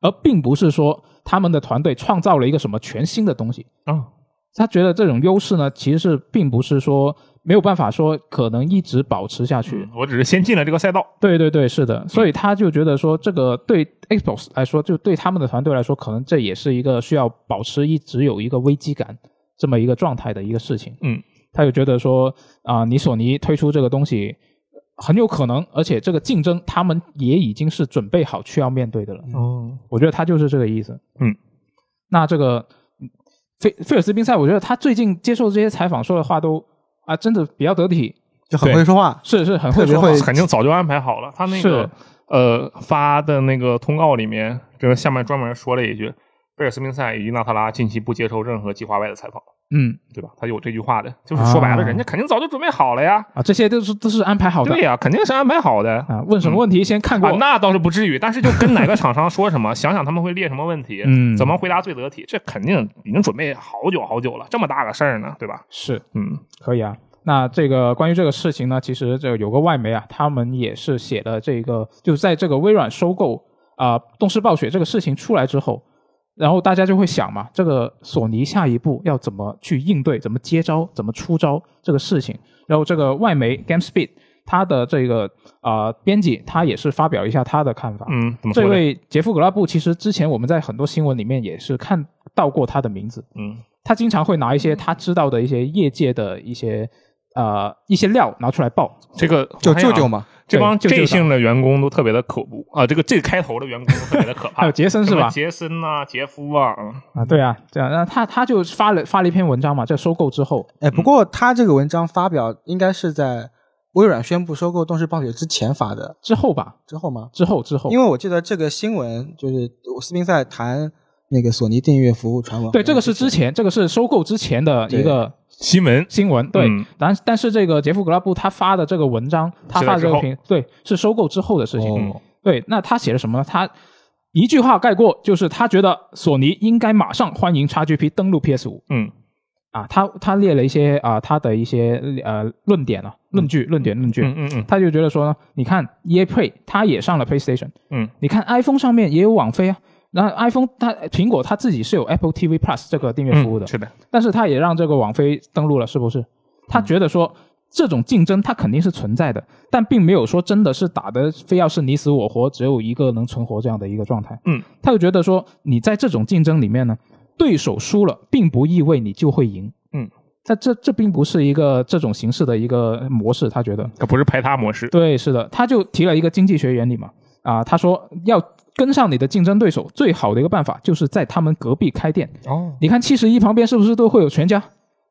S1: 而并不是说他们的团队创造了一个什么全新的东西。
S2: 哦，
S1: 他觉得这种优势呢，其实是并不是说没有办法说可能一直保持下去。
S2: 嗯我只是先进了这个赛道。
S1: 对对对，是
S2: 嗯
S1: 的，所以他就觉得说，这个对 Xbox 来说，就对他们的团队来说，可能这也是一个需要保持一直有一个危机感这么一个状态的一个事情。
S2: 嗯，
S1: 他就觉得说，啊、你索尼推出这个东西很有可能，而且这个竞争他们也已经是准备好去要面对的了。
S2: 哦，
S1: 我觉得他就是这个意思。
S2: 嗯，
S1: 那这个嗯菲菲尔斯宾塞，我觉得他最近接受这些采访说的话都啊，真的比较得体，
S3: 就很
S2: 对
S3: 会说话，
S1: 是是很
S3: 特
S1: 会
S3: 别
S1: 说话
S3: 会
S2: 肯定早就安排好了。他那
S1: 是
S2: 个呃发的那个通告里面，这个下面专门说了一句。贝尔斯宾塞以及纳塔拉近期不接受任何计划外的采访。
S1: 嗯
S2: 对吧？他有这句话的，就是说白了，
S1: 啊
S2: 人家肯定早就准备好了呀。
S1: 啊，这些都是都是安排好的
S2: 对呀，肯定是安排好的。
S1: 啊。问什么问题先看过
S2: 啊，，那倒是不至于，但是就跟哪个厂商说什么，想想他们会列什么问题，
S1: 嗯
S2: 怎么回答最得体，这肯定已经准备好久好久了，这么大个事儿呢，对吧？
S1: 是
S2: 嗯，
S1: 可以啊。那这个关于这个事情呢，其实这个有个外媒啊，他们也是写的这个，就是在这个微软收购啊、动视暴雪这个事情出来之后，然后大家就会想嘛，这个索尼下一步要怎么去应对，怎么接招，怎么出招这个事情。然后这个外媒 GameSpeed 他的这个啊、呃编辑他也是发表一下他的看法，
S2: 嗯，怎么
S1: 这
S2: 说呢？
S1: 位杰夫·格拉布，其实之前我们在很多新闻里面也是看到过他的名字。
S2: 嗯
S1: 他经常会拿一些他知道的一些业界的一些呃一些料拿出来爆。，
S2: 这个
S3: 就
S2: 我发现
S3: 舅
S2: 啊
S3: 舅嘛，
S2: 这帮
S1: 对就
S2: 这
S1: 就
S2: 姓的员工都特别的可怖啊！这个这开头的员工都特别的可
S1: 还
S2: 怕
S1: 有，杰森是
S2: 什么
S1: 吧？
S2: 杰森呐、杰夫啊，嗯
S1: 啊，对啊，这样，那他他就发了发了一篇文章嘛，这收购之后，
S3: 哎，不过他这个文章发表应该是在微软宣布收购动视暴雪之前发的，
S1: 之后吧，
S3: 之后吗？
S1: 之后之后，
S3: 因
S1: 为
S3: 为我记得这个新闻就是斯宾塞谈那个索尼订阅服务传闻，
S1: 对这个是之前，这个是收购之前的一个
S2: 新闻
S1: 新闻，对。
S2: 嗯
S1: 但但是这个杰夫·格拉布他发的这个文章，他
S2: 是在
S1: 发的这
S2: 之
S1: 个
S2: 后
S1: 评，对，是收购之后的事情。
S3: 哦
S1: 对，那他写了什么呢？他一句话概括，就是他觉得索尼应该马上欢迎 XGP 登陆 PS 五。
S2: 嗯，
S1: 啊，他他列了一些啊、他的一些呃论点啊，论据、论点、论据。
S2: 嗯嗯嗯
S1: 他就觉得说呢，你看 EA Play 它也上了 PlayStation，
S2: 嗯，
S1: 你看 iPhone 上面也有网飞啊，那 iPhone 它苹果它自己是有 Apple TV Plus 这个订阅
S2: 嗯，
S1: 服务的，
S2: 是的，
S1: 但是它也让这个网飞登录了，是不是？他
S2: 嗯
S1: 觉得说这种竞争它肯定是存在的，但并没有说真的是打的非要是你死我活，只有一个能存活这样的一个状态。
S2: 嗯，
S1: 他就觉得说你在这种竞争里面呢，对手输了并不意味你就会赢。
S2: 嗯，
S1: 他这这并不是一个这种形式的一个模式，他觉得。
S2: 它不是排他模式，
S1: 对，是的，他就提了一个经济学原理嘛，啊，他说要跟上你的竞争对手，最好的一个办法就是在他们隔壁开店。
S2: 哦，
S1: 你看七十一旁边是不是都会有全家？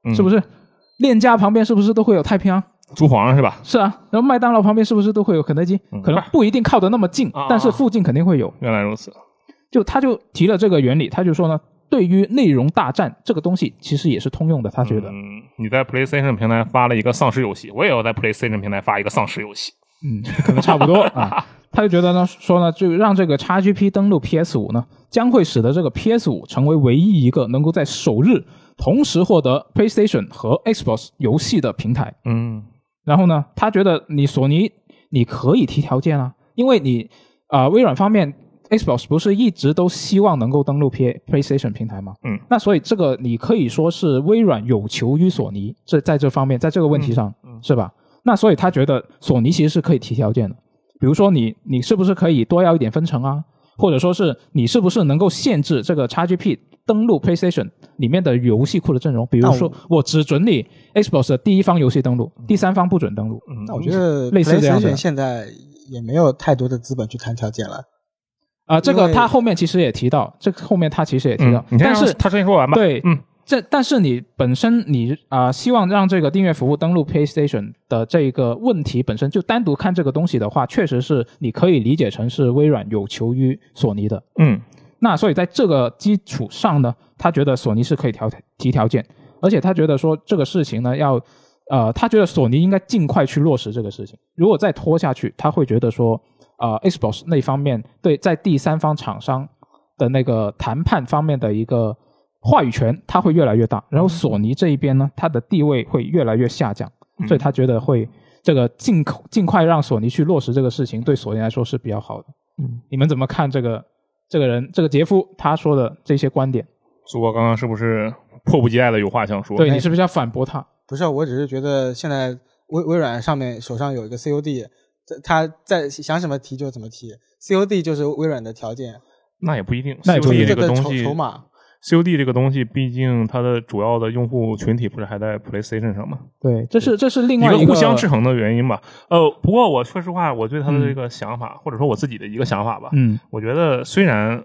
S2: 嗯
S1: 是不是？链家旁边是不是都会有太平洋？
S2: 猪黄是吧？
S1: 是啊，然后麦当劳旁边是不是都会有肯德基？
S2: 嗯
S1: 可能不一定靠得那么近
S2: 啊啊啊，
S1: 但是附近肯定会有。
S2: 原来如此，
S1: 就他就提了这个原理，他就说呢，对于内容大战这个东西，其实也是通用的。他觉得，
S2: 嗯，你在 PlayStation 平台发了一个丧尸游戏，我也要在 PlayStation 平台发一个丧尸游戏，
S1: 嗯，可能差不多 啊。他就觉得呢，说呢，就让这个 XGP 登陆 PS 五呢，将会使得这个 PS 五成为唯一一个能够在首日同时获得 PlayStation 和 Xbox 游戏的平台。
S2: 嗯
S1: 然后呢，他觉得你索尼你可以提条件啊，因为你啊、呃微软方面 Xbox 不是一直都希望能够登陆 P PlayStation 平台吗？
S2: 嗯，
S1: 那所以这个你可以说是微软有求于索尼，这在这方面，在这个问题上，是吧？那所以他觉得索尼其实是可以提条件的，比如说你你是不是可以多要一点分成啊？或者说是你是不是能够限制这个 XGP 登录 PlayStation 里面的游戏库的阵容？比如
S3: 那我
S1: 说，我只准你 Xbox 的第一方游戏登录，第三方不准登录。
S2: 嗯，
S3: 那我觉得
S1: 类似这样的
S3: PlayStation 现在也没有太多的资本去谈条件了。
S1: 啊、这
S3: 因
S1: 个
S3: 为
S1: 他后面其实也提到，这个后面他其实也提到
S2: 嗯，，你先
S1: 但
S2: 让
S1: 是
S2: 他先说完吧，
S1: 对
S2: 嗯
S1: 这但是你本身你啊、希望让这个订阅服务登录 PlayStation 的这个问题本身就单独看这个东西的话，确实是你可以理解成是微软有求于索尼的。
S2: 嗯
S1: 那所以在这个基础上呢，他觉得索尼是可以调提条件，而且他觉得说这个事情呢要，呃，他觉得索尼应该尽快去落实这个事情。如果再拖下去，他会觉得说，呃，Xbox 那方面对在第三方厂商的那个谈判方面的一个话语权，它会越来越大，然后索尼这一边呢，它的地位会越来越下降，
S2: 嗯
S1: 所以他觉得会这个尽口尽快让索尼去落实这个事情，对索尼来说是比较好的。
S2: 嗯，
S1: 你们怎么看这个这个人这个杰夫他说的这些观点？
S2: 苏哥刚刚是不是迫不及待的有话想说？
S1: 对你是不是要反驳他？
S3: 不是，我只是觉得现在微微软上面手上有一个 COD，这他在想怎么提就怎么提，COD 就是微软的条件，
S2: 那也不一定，
S1: 那也不一定
S2: COD 这
S3: 个
S2: 个东
S3: 筹
S2: 西
S3: 筹码。
S2: COD 这个东西，毕竟它的主要的用户群体不是还在 PlayStation 上吗？
S1: 对，这是这是另
S2: 一
S1: 外
S2: 个
S1: 一
S2: 互相制衡的原因吧。呃，不过我说实话，我对它的这个想法，或者说我自己的一个想法吧，
S1: 嗯
S2: 我觉得虽然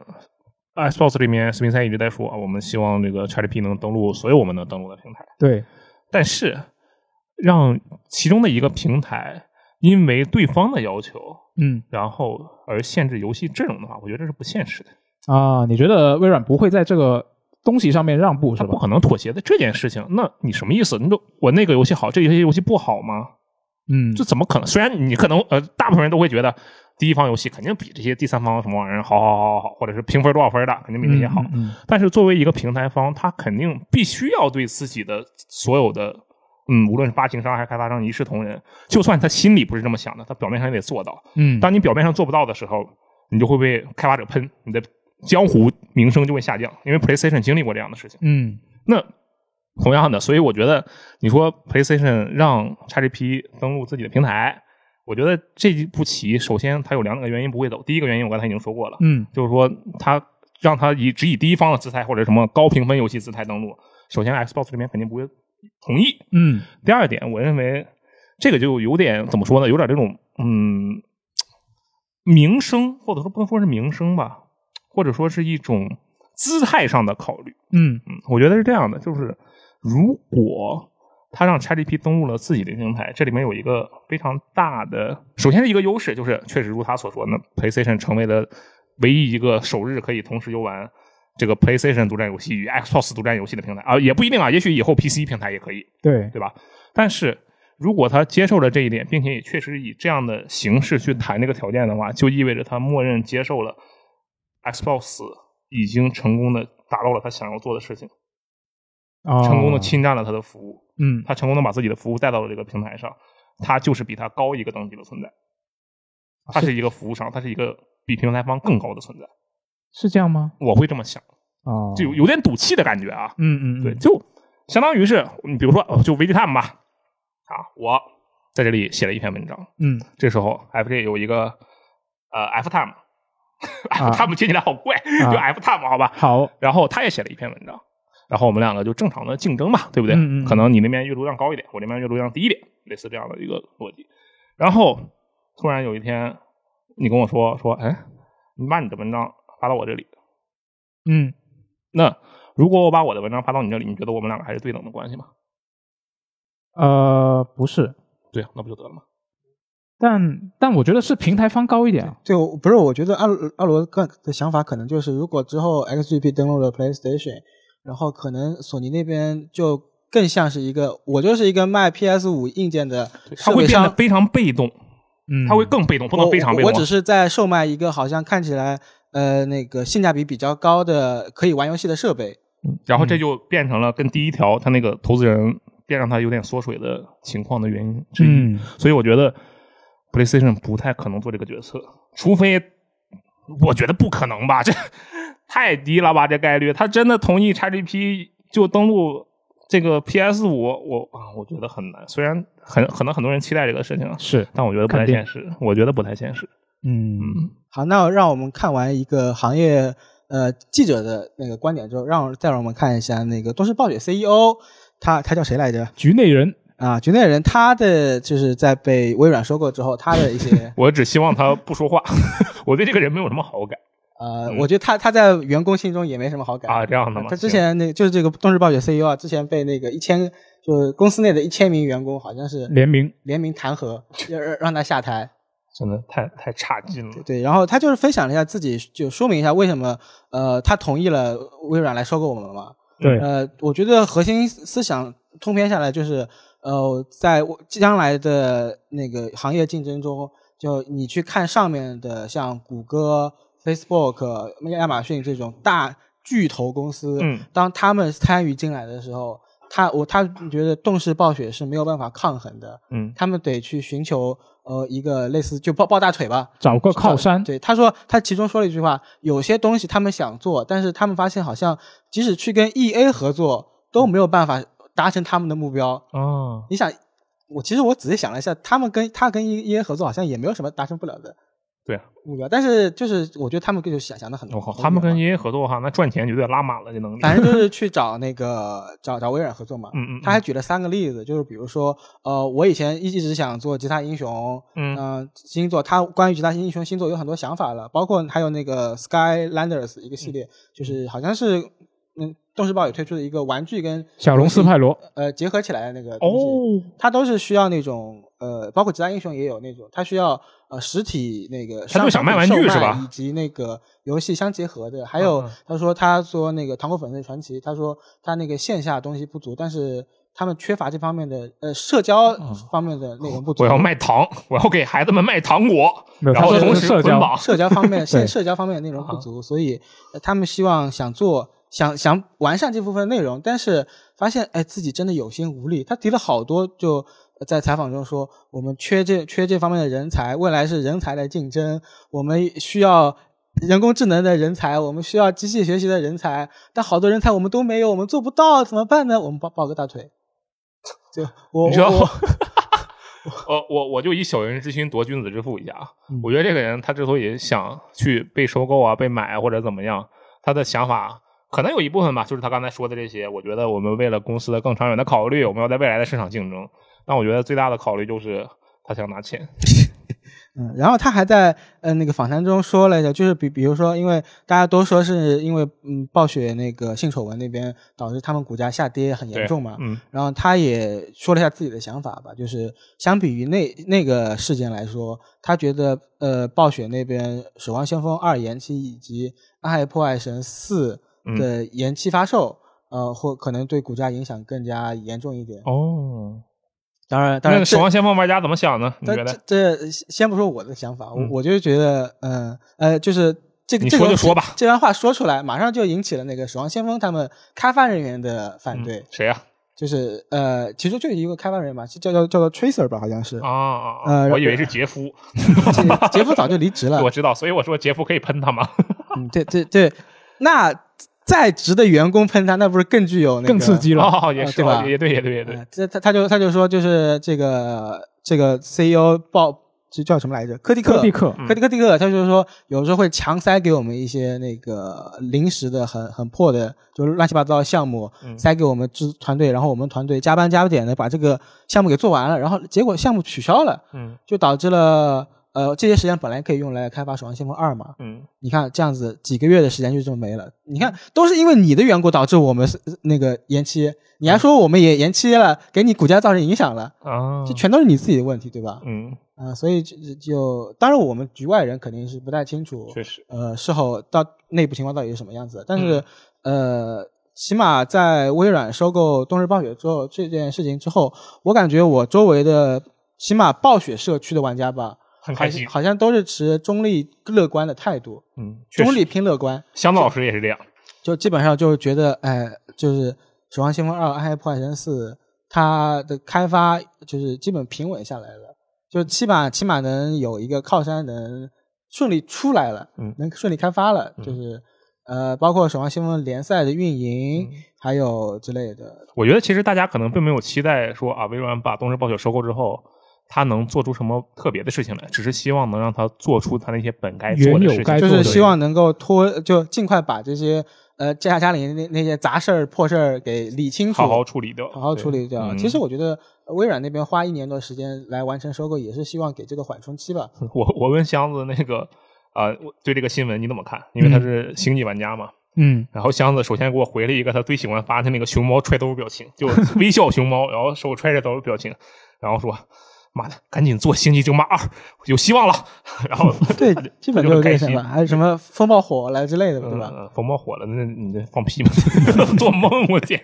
S2: Xbox 这边斯宾塞一直在说啊，我们希望这个 XGP 能登录所有我们能登录的平台，
S1: 对
S2: 但是让其中的一个平台因为对方的要求，
S1: 嗯
S2: 然呃后而限制游戏阵容的话，我觉得这是不现实的。
S1: 啊，你觉得微软不会在这个东西上面让步是
S2: 他
S1: 吧
S2: 不？可能妥协的这件事情。那你什么意思？你都我那个游戏好，这游戏游戏不好吗？
S1: 嗯，
S2: 这怎么可能？虽然你可能呃，大部分人都会觉得第一方游戏肯定比这些第三方什么玩意儿好好好好好，或者是评分多少分的肯定比这些好。
S1: 嗯嗯嗯
S2: 但是作为一个平台方，他肯定必须要对自己的所有的嗯，无论是发行商还是开发商一视同仁。就算他心里不是这么想的，他表面上也得做到。
S1: 嗯，
S2: 当你表面上做不到的时候，你就会被开发者喷，你的江湖名声就会下降。因为 PlayStation 经历过这样的事情。
S1: 嗯
S2: 那同样的，所以我觉得你说 PlayStation 让 XGP 登陆自己的平台，我觉得这一步棋首先它有两个原因不会走。第一个原因我刚才已经说过了，
S1: 嗯
S2: 就是说它让它以只以第一方的姿态或者什么高评分游戏姿态登陆，首先 Xbox 这边肯定不会同意。
S1: 嗯
S2: 第二点，我认为这个就有点怎么说呢？有点这种嗯名声，或者说不能说是名声吧，或者说是一种姿态上的考虑。
S1: 嗯
S2: 嗯，我觉得是这样的，就是如果他让 ChatGPT 登录了自己的平台，这里面有一个非常大的，首先是一个优势，就是确实如他所说，那 PlayStation 成为了唯一一个首日可以同时游玩这个 PlayStation 独占游戏与 Xbox 独占游戏的平台啊，也不一定啊，也许以后 PC 平台也可以，
S1: 对
S2: 对吧？但是如果他接受了这一点，并且也确实以这样的形式去谈这个条件的话，就意味着他默认接受了 Xbox 已经成功的达到了他想要做的事情。
S1: 啊，
S2: 成功的侵占了他的服务，
S1: 嗯
S2: 他成功的把自己的服务带到了这个平台上，他就是比他高一个等级的存在，
S1: 啊
S2: 他是一个服务商，他是一个比平台方更高的存在，
S1: 是这样吗？
S2: 我会这么想，
S1: 哦，
S2: 就有有点赌气的感觉啊，
S1: 嗯嗯嗯
S2: 对，就相当于是你比如说哦就维基 time 吧，啊，我在这里写了一篇文章，
S1: 嗯
S2: 这时候 FJ 有一个呃 F time。F time 听起来好怪，
S1: 啊
S2: 就 F time 好吧，
S1: 好
S2: 然后他也写了一篇文章，然后我们两个就正常的竞争嘛，对不对？
S1: 嗯嗯嗯
S2: 可能你那边阅读量高一点，我这边阅读量低一点，类似这样的一个逻辑。然后突然有一天，你跟我说说，哎，你把你的文章发到我这里，
S1: 嗯
S2: 那如果我把我的文章发到你这里，你觉得我们两个还是对等的关系吗？
S1: 呃不是，
S2: 对啊，那不就得了吗？
S1: 但但我觉得是平台方高一点啊，
S3: 对，我不是，我觉得阿罗阿罗个的想法可能就是，如果之后 XGP 登陆了 PlayStation，然后可能索尼那边就更像是一个，我就是一个卖 PS 五硬件的
S2: 他
S3: 设
S2: 会变
S3: 备
S2: 得
S3: 商，
S2: 非常被动，
S1: 嗯，
S2: 他会更被动，不能
S3: 我
S2: 非常被
S3: 我
S2: 动
S3: 只
S2: 啊。
S3: 是在售卖一个好像看起来呃那个性价比比较高的可以玩游戏的设备。
S2: 然后这就变成了跟第一条他那个投资人变让他有点缩水的情况的原因之一。
S1: 嗯
S2: 所以我觉得 PlayStation 不太可能做这个决策，除非我觉得不可能吧，这太低了吧，这概率。他真的同意 XGP 就登录这个 PS 五，我啊，我觉得很难。虽然很可能很多人期待这个事情啊，
S1: 是
S2: 但我觉得不太
S1: 肯定
S2: 现实，我觉得不太现实。
S1: 嗯
S2: 嗯，
S3: 好，那让我们看完一个行业呃记者的那个观点之后，让再让我们看一下那个东视暴雪 CEO，他他叫谁来着？
S1: 局内人
S3: 啊，局内人他的就是在被微软收购之后，他的一 些
S2: 我只希望他不说话， 我对这个人没有什么好感
S3: 呃，我觉得他他在员工心中也没什么好
S2: 嗯
S3: 感
S2: 啊。这样的
S3: 啊
S2: 吗？
S3: 他之前那个就是这个东视暴雪 CEO 啊，之前被那个一千就是公司内的一千名员工好像是
S2: 嗯
S1: 联名，
S3: 联名弹劾，要让让他下台。
S2: 行真的太太差劲了。
S3: 对，然后他就是分享了一下自己，就说明一下为什么呃他同意了微软来收购我们嘛。
S1: 对
S3: 呃，我觉得核心思想通篇下来就是，呃，在我将来的那个行业竞争中，就你去看上面的像谷歌、Facebook、亚马逊这种大巨头公司，
S2: 嗯
S3: 当他们参与进来的时候，他我他觉得动视暴雪是没有办法抗衡的，
S2: 嗯
S3: 他们得去寻求呃一个类似就抱抱大腿吧，
S1: 找个靠山，
S3: 呃对，他说他其中说了一句话，有些东西他们想做，但是他们发现好像即使去跟 E A 合作都没有办法达成他们的目标。
S2: 啊，
S3: 你想，我其实我仔细想了一下，他们跟他跟 E E A 合作好像也没有什么达成不了的
S2: 对啊，
S3: 目标，但是就是我觉得他们就是想想的很
S2: 我
S3: 多。
S2: 靠，
S3: 很
S2: 哦他们跟
S3: 远
S2: E
S3: 嘛
S2: 爷爷合作的话，那赚钱绝对拉满了这能力。
S3: 反正就是去找那个找找微软合作嘛。
S2: 嗯嗯嗯
S3: 哎他还举了三个例子，就是比如说，呃，我以前一直想做吉他英雄，
S2: 嗯
S3: 呃，星座，他关于吉他英雄星座有很多想法了，包括还有那个 Skylanders 一个系列，
S2: 嗯
S3: 就是好像是嗯，动视暴也推出的一个玩具跟
S1: 小龙斯派罗，
S3: 呃结合起来的那个东西，
S2: 哦，
S3: 它都是需要那种呃，包括其他英雄也有那种，它需要呃实体那个
S2: 它就
S3: 商
S2: 想
S3: 品
S2: 卖玩具
S3: 售
S2: 是吧
S3: 以及那个游戏相结合的。还有
S2: 嗯嗯
S3: 他说他说那个《糖果粉碎传奇》，他说他那个线下东西不足，但是他们缺乏这方面的呃社交方面的内容不足。
S2: 嗯我要卖糖，我要给孩子们卖糖果，
S1: 没有
S2: 然
S1: 他
S2: 后
S1: 说
S2: 同
S1: 的
S2: 时
S1: 是社
S2: 捆
S1: 交，
S2: 绑。
S3: 社交方面，
S1: 对
S3: 现社交方面的内容不足，所以呃他们希望想做想想完善这部分内容，但是发现哎自己真的有心无力。他提了好多，就呃在采访中说我们缺这缺这方面的人才，未来是人才的竞争，我们需要。人工智能的人才，我们需要机器学习的人才，但好多人才我们都没有，我们做不到，怎么办呢？我们抱抱个大腿，就我
S2: 你知道
S3: 我，
S2: 呃，我我就以小人之心夺君子之腹一下啊
S3: 嗯，
S2: 我觉得这个人他之所以想去被收购啊、被买啊或者怎么样，他的想法可能有一部分吧，就是他刚才说的这些。我觉得我们为了公司的更长远的考虑，我们要在未来的市场竞争。那我觉得最大的考虑就是他想拿钱。
S3: 嗯，然后他还在呃那个访谈中说了一下，就是比比如说，因为大家都说是因为嗯暴雪那个性丑闻那边导致他们股价下跌很严
S2: 对，
S3: 重嘛，
S2: 嗯，
S3: 然后他也说了一下自己的想法吧，就是相比于那那个事件来说，他觉得呃暴雪那边《守望先锋二》延期以及《暗黑破坏神四》
S2: 嗯
S3: 的延期发售，呃或可能对股价影响更加严重一点。
S2: 哦，
S3: 当然，当
S2: 那《
S3: 然
S2: 守
S3: 这
S2: 望先锋》玩家怎么想呢？你
S3: 但
S2: 觉得？
S3: 这这先不说我的想法，我、
S2: 嗯
S3: 我就是觉得，嗯呃就是这个
S2: 你
S3: 这
S2: 说
S3: 个
S2: 就说吧
S3: 这番话说出来，马上就引起了那个《守望先锋》他们开发人员的
S2: 嗯
S3: 反对，
S2: 谁啊呀、
S3: 就是呃，其实就有一个开发人员嘛，是叫叫叫做 Tracer 吧，好像是
S2: 啊？，啊啊！
S3: 呃
S2: 我以为是杰夫，
S3: 这杰夫早就离职了
S2: 我，知道，所以我说杰夫可以喷他吗？
S3: 嗯，对对对，那在职的员工喷他，那不是更具有那个
S1: 更刺激了。
S2: 哦，也是，
S3: 啊对吧
S2: 哦也对，也对，也对
S3: 呃。这他他就他就说就是这个这个 CEO 报这叫什么来着？科迪克
S1: 科迪克，
S2: 嗯
S3: 科迪克迪克，他就是说有时候会强塞给我们一些那个临时的很很破的，就是乱七八糟的项目，
S2: 嗯
S3: 塞给我们制团队，然后我们团队加班加点的把这个项目给做完了，然后结果项目取消了，
S2: 嗯
S3: 就导致了呃这些时间本来可以用来开发《守望先锋二》嘛，
S2: 嗯，
S3: 你看这样子几个月的时间就这么没了，你看都是因为你的缘故导致我们是那个延期，你
S2: 嗯
S3: 还说我们也延期了，给你股价造成影响了，
S2: 啊，
S3: 这全都是你自己的问题，对吧？
S2: 嗯，
S3: 啊、所以就就当然我们局外人肯定是不太清楚，
S2: 确实，
S3: 呃，事后到内部情况到底是什么样子的。但是，
S2: 嗯
S3: 呃，起码在微软收购冬日暴雪之后这件事情之后，我感觉我周围的起码暴雪社区的玩家吧，
S2: 很
S3: 好
S2: 开
S3: 像
S2: 心。
S3: 好像都是持中立乐观的态度，
S2: 嗯，确
S3: 中
S2: 实，
S3: 立拼乐观，
S2: 箱子老师也是这样。
S3: 就基本上就是觉得，哎，就是《守望先锋二》《暗黑破坏神四》，它的开发就是基本平稳下来了，就起码起码能有一个靠山能顺利出来了，
S2: 嗯
S3: 能顺利开发了，
S2: 嗯
S3: 就是呃，包括《守望先锋》联赛的运
S2: 嗯
S3: 营，还有之类的，
S2: 我觉得其实大家可能并没有期待说啊，微软把东芝暴雪收购之后，他能做出什么特别的事情来，只是希望能让他做出他那些本该做
S1: 原
S2: 的
S1: 有
S2: 事
S1: 该
S2: 情。
S3: 就
S1: 做的
S3: 是希望能够拖，就尽快把这些呃家家里那那些杂事儿破事儿给理清楚，
S2: 好好处理掉，
S3: 好好处理掉。
S2: 嗯
S3: 其实我觉得呃微软那边花一年多时间来完成收购，也是希望给这个缓冲 期吧。
S2: 对。我我问箱子那个啊、我对这个新闻你怎么看？因为
S3: 嗯
S2: 他是星际玩家嘛。
S1: 嗯，
S2: 然后箱子首先给我回了一个他最喜欢发的那个熊猫揣兜表情，就微笑熊猫，然后手揣着兜表情，然后说：“妈的，赶紧做《星际争霸二》，有希望了。” 然 后
S3: 对，基本就是这个
S2: 开
S3: 想
S2: 心
S3: 法，还有什么风暴火了之类的，对吧？
S2: 嗯，冯猫火了，那你这放 屁吗？做梦，我天！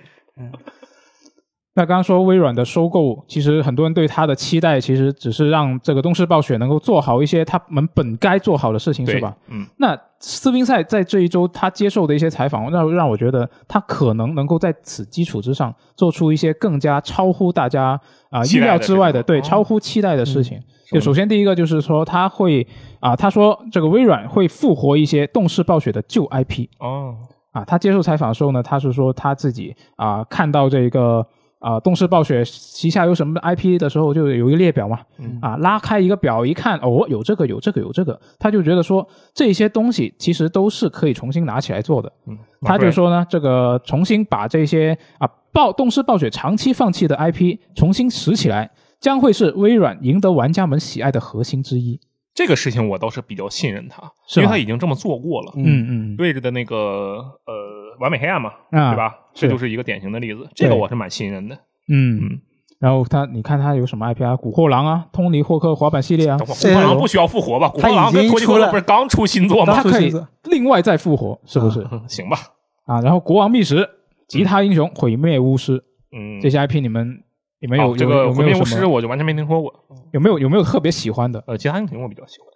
S1: 那刚刚说微软的收购，其实很多人对它的期待，其实只是让这个东视暴雪能够做好一些他们本该做好的事情，
S2: 对
S1: 是吧？？
S2: 嗯，
S1: 那斯宾塞在这一周他接受的一些采访，让让我觉得他可能能够在此基础之上做出一些更加超乎大家啊、
S2: 期
S1: 意
S2: 待的
S1: 料之外的，
S2: 这种
S1: 对，
S2: 哦嗯
S1: 超乎期待的事情。
S2: 么
S1: 就首先第一个就是说他会啊、他说这个微软会复活一些动视暴雪的旧 IP
S2: 哦，
S1: 啊。他接受采访的时候呢，他是说他自己啊、看到这个。啊，动视暴雪旗下有什么 IP 的时候，就有一个列表嘛，
S2: 嗯
S1: 啊，拉开一个表一看，哦，有这个，有这个，有这个，他就觉得说这些东西其实都是可以重新拿起来做的。
S2: 嗯，
S1: 他就
S2: 对，
S1: 说呢，这个重新把这些啊暴动视暴雪长期放弃的 IP 重新拾起来，将会是微软赢得玩家们喜爱的核心之一。
S2: 这个事情我倒是比较信任他，
S1: 是
S2: 因为
S1: 吧
S2: 他已经这么做过了。
S3: 嗯
S1: 嗯
S2: 对着的那个呃，完美黑暗嘛，
S1: 啊
S2: 对吧？这
S1: 是
S2: 就是一个典型的例子，这个
S1: 对
S2: 我是蛮信任的。
S1: 嗯
S2: 嗯
S1: 嗯。然后它，你看它有什么 IP 啊？古惑狼啊，通灵霍克滑板系列啊，
S2: 等会儿
S3: 这
S2: 红狼不需要复活吧？红狼跟托尼·克勒不是刚出新作
S1: 它
S2: 吗？
S3: 刚出
S1: 可以
S3: 新作
S1: 另外再复活，是不是？
S2: 嗯行吧，
S1: 啊，然后国王觅食、吉他英雄、毁灭巫师
S2: 嗯，哦
S1: 这些 IP，你们你们有、
S2: 好这
S1: 有
S2: 个
S1: 有
S2: 毁
S1: 没
S2: 灭
S1: 有
S2: 巫
S1: 什
S2: 师
S1: 么
S2: 我就完全没听说过，
S1: 有没有有没有特别喜欢 的？
S2: 呃，其他英雄我比较喜欢。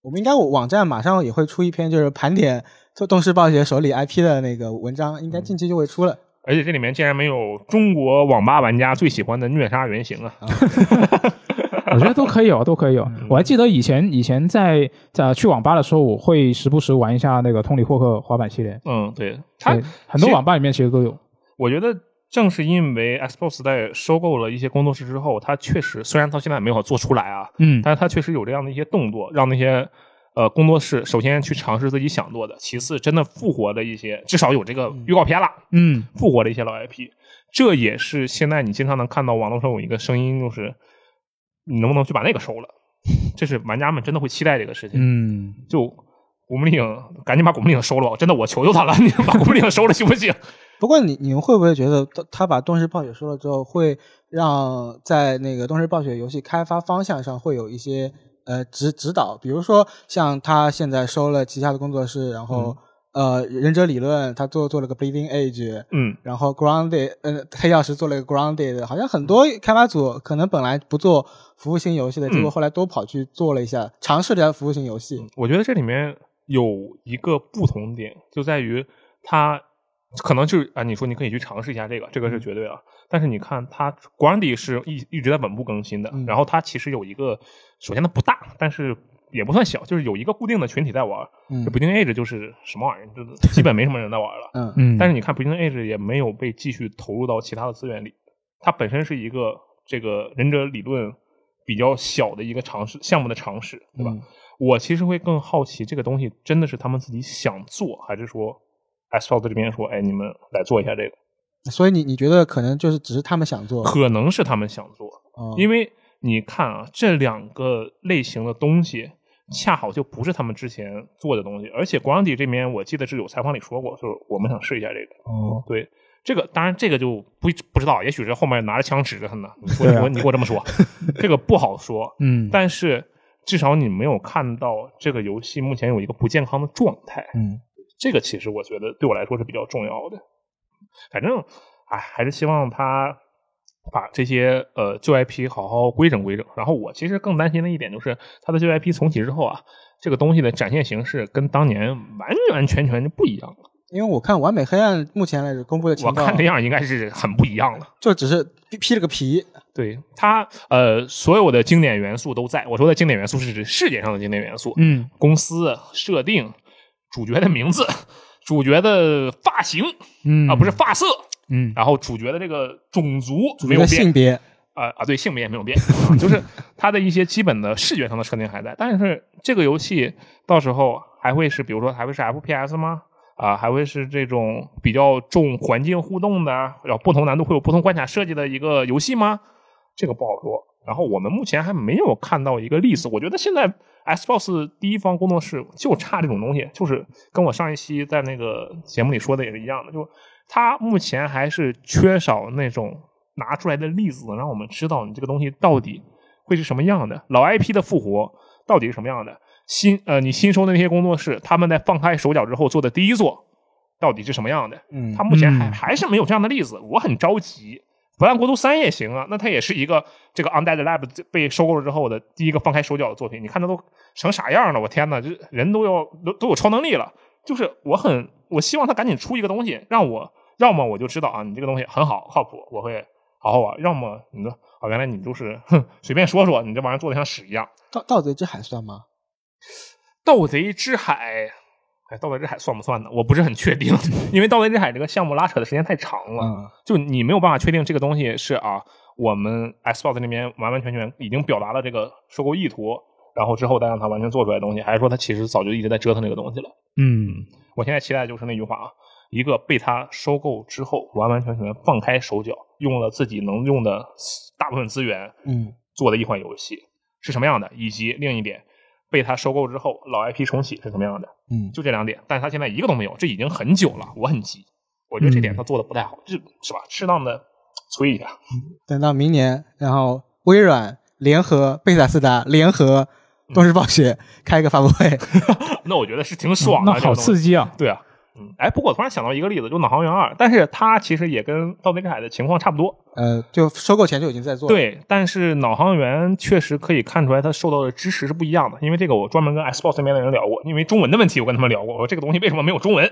S3: 我们应该网站马上也会出一篇，就是盘点动视暴雪手里 IP 的那个文章，
S2: 嗯
S3: 应该近期就会出了。
S2: 而且这里面竟然没有中国网吧玩家最喜欢的虐杀原型啊！
S1: 我觉得都可以有，哦都可以
S2: 嗯
S1: 有。我还记得以前以前在在去网吧的时候，我会时不时玩一下那个通灵霍克滑板系列，
S2: 嗯，对，他
S1: 对，很多网吧里面其实都有。
S2: 我觉得正是因为 Xbox 在收购了一些工作室之后，它确实虽然到现在没有做出来啊，
S1: 嗯，
S2: 但是它确实有这样的一些动作，让那些呃工作室首先去尝试自己想做的，其次真的复活的一些，至少有这个预告片了，
S1: 嗯，
S2: 复活的一些老 IP。这也是现在你经常能看到网络上有一个声音，就是你能不能去把那个收了？这是玩家们真的会期待这个事情。
S1: 嗯，
S2: 就古墓丽影，赶紧把古墓丽影收了吧！真的，我求求他了，你把古墓丽影收了行不行？
S3: 不过你你们会不会觉得他他把动视暴雪说了之后，会让在那个动视暴雪游戏开发方向上会有一些呃指指导？比如说像他现在收了旗下的工作室，然后、呃忍者理论他做做了个 Bleeding Age，
S2: 嗯，
S3: 然后 Grounded 呃黑曜石做了一个 Grounded，好像很多开发组可能本来不做服务型游戏的，
S2: 嗯
S3: 结果后来都跑去做了一下，尝试了一下服务型游戏。
S2: 我觉得这里面有一个不同点，就在于它可能就是啊，你说你可以去尝试一下这个，这
S3: 嗯
S2: 个是绝对啊。但是你看它 Grundy 是一一直在稳步更新的，
S3: 嗯
S2: 然后它其实有一个，首先它不大，但是。也不算小，就是有一个固定的群体在玩。
S3: 嗯
S2: 这不定 age 就是什么玩意儿，就是基本没什么人在玩了。
S3: 嗯
S1: 嗯，
S2: 但是你看 b r i t a n Age 也没有被继续投入到其他的资源里，它本身是一个这个忍者理论比较小的一个尝试项目的尝试，对吧？
S3: 嗯
S2: 我其实会更好奇这个东西真的是他们自己想做，还是说 Xbox 这边说，哎，你们来做一下这个，
S3: 所以你你觉得可能就是只是他们想做，
S2: 可能是他们想做，
S3: 嗯
S2: 因为你看啊，这两个类型的东西恰好就不是他们之前做的东西，而且国安迪这边我记得是有采访里说过，就是我们想试一下这个。
S1: 哦，
S2: 对，这个当然这个就不不知道，也许是后面拿着枪指着他呢。你
S1: 对啊
S2: 说你给我这 么说，这个不好说。
S1: 嗯，
S2: 但是至少你没有看到这个游戏目前有一个不健康的状态，
S1: 嗯，
S2: 这个其实我觉得对我来说是比较重要的。反正，哎，还是希望他把这些呃旧 IP 好好规整规整。然后我其实更担心的一点就是，他的旧 IP 重启之后啊，这个东西的展现形式跟当年完完全全就不一样了。
S3: 因为我看《完美黑暗》目前来公布的
S2: 我
S3: 情
S2: 看
S3: 况
S2: 这，样应该是很不一样了。
S3: 就只是披披了个皮，
S2: 对它，呃，所有的经典元素都在。我说的经典元素是指世界上的经典元素，
S1: 嗯
S2: 公司设定、主角的名字、主角的发型啊、
S1: 嗯
S2: 不是发色，
S1: 嗯
S2: 然后主角的这个种族
S3: 主
S2: 没
S3: 角
S2: 有变
S3: 的性，别，
S2: 啊、啊，对，性别也没有变， 啊就是它的一些基本的视觉上的设定还在。但是这个游戏到时候还会是，比如说还会是 FPS 吗？啊，还会是这种比较重环境互动的，然后不同难度会有不同关卡设计的一个游戏吗？这个不好说。然后我们目前还没有看到一个例子，我觉得现在 Xbox 第一方工作室就差这种东西，就是跟我上一期在那个节目里说的也是一样的，就它目前还是缺少那种拿出来的例子，能让我们知道你这个东西到底会是什么样的，老 IP 的复活到底是什么样的，新呃你新收的那些工作室，他们在放开手脚之后做的第一作到底是什么样的？
S3: 嗯
S2: 他目前还
S1: 嗯
S2: 还是没有这样的例子，我很着急。《不烂国度三》也行啊，那它也是一个这个 Undead Lab 被收购了之后的第一个放开手脚的作品。你看它都成啥样了，我天呐，这人都要都都有超能力了。就是我很我希望他赶紧出一个东西，让我要么我就知道啊，你这个东西很好靠谱，我会好好玩；要么你说啊，原来你就是哼随便说说，你这玩意儿做的像屎一样。
S3: 盗盗贼之海算吗？
S2: 盗贼之海，哎，盗贼之海算不算呢？我不是很确定， 因为盗贼之海这个项目拉扯的时间太长了，
S3: 嗯
S2: 就你没有办法确定这个东西是啊，我们 Xbox 那边完完全全已经表达了这个收购意图，然后之后再让它完全做出来的东西，还是说它其实早就一直在折腾这个东西了？
S1: 嗯
S2: 我现在期待的就是那句话啊，一个被他收购之后完完全全放开手脚，用了自己能用的大部分资源
S3: 嗯
S2: 做的一款游戏是什么样的，以及另一点，被他收购之后老 IP 重启是什么样的，
S3: 嗯，
S2: 就这两点。但是他现在
S1: 嗯
S2: 一个都没有，这已经很久了，我很急。我觉得这点他做的不太好，这是吧？适当的催一下。
S3: 等到明年，然后微软联合贝萨斯达联合动视暴
S2: 嗯
S3: 雪开一个发布会，
S2: 那我觉得是挺爽的，
S1: 嗯那好刺
S2: 激。
S1: 激啊！
S2: 对啊，嗯，哎，不过我突然想到一个例子，就《脑航员二》，但是它其实也跟《盗贼海》的情况差不多。
S3: 呃，就收购前就已经在做了。
S2: 对，但是脑航员确实可以看出来，他受到的支持是不一样的。因为这个，我专门跟 Xbox 那边的人聊过，因为中文的问题，我跟他们聊过，我说这个东西为什么没有中文？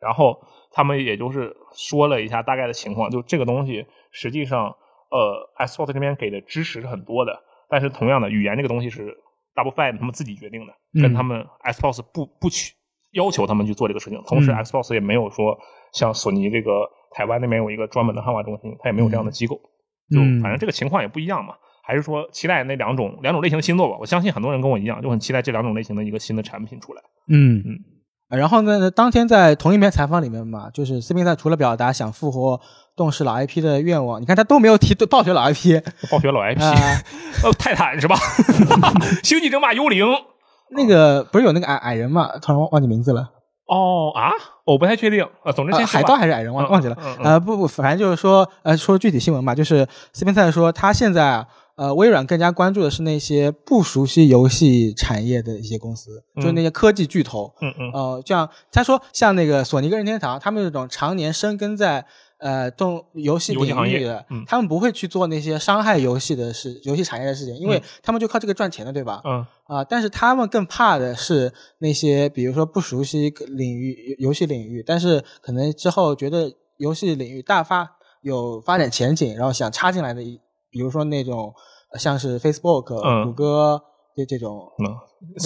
S2: 然后他们也就是说了一下大概的情况，就这个东西实际上，呃，Xbox 这边给的支持是很多的，但是同样的，语言这个东西是 Double Five 他们自己决定的，跟
S1: 嗯
S2: 他们 Xbox 不不去要求他们去做这个事情，同时
S1: 嗯
S2: Xbox 也没有说像索尼这个台湾那边有一个专门的汉化中心，它也没有这样的机构。就
S1: 嗯
S2: 反正这个情况也不一样嘛。还是说期待那两种两种类型的新作吧？我相信很多人跟我一样，就很期待这两种类型的一个新的产品出来。
S1: 嗯
S3: 呃然后呢，当天在同一篇采访里面嘛，就是斯宾塞除了表达想复活动视老 IP 的愿望，你看他都没有提暴雪老 IP
S2: 暴雪老 IP，、
S3: 啊、
S2: 呃，泰坦 是吧？星际争霸幽灵
S3: 那个不是有那个矮矮人嘛？突然忘忘记名字了，
S2: 哦啊，我不太确定。呃，总之
S3: 呃、
S2: 先
S3: 海
S2: 说
S3: 盗
S2: 吧、
S3: 还是矮人忘
S2: 嗯
S3: 忘记了。
S2: 嗯嗯
S3: 呃，不不，反正就是说，呃，说具体新闻嘛，就是斯宾塞说他现在啊，呃，微软更加关注的是那些不熟悉游戏产业的一些公司，就是那些科技巨头。
S2: 嗯嗯
S3: 呃，就像他说，像那个索尼跟任天堂，他们这种常年深耕在呃动游戏
S2: 游戏
S3: 领
S2: 行业
S3: 域的，
S2: 嗯
S3: 他们不会去做那些伤害游戏的事、游戏产业的事情，因为
S2: 嗯
S3: 他们就靠这个赚钱的，对吧？
S2: 嗯
S3: 啊、但是他们更怕的是那些，比如说不熟悉领域游戏领域，但是可能之后觉得游戏领域大发有发展前景，然后想插进来的一，比如说那种呃像是 Facebook、
S2: 嗯
S3: 谷歌这这种
S2: 嗯。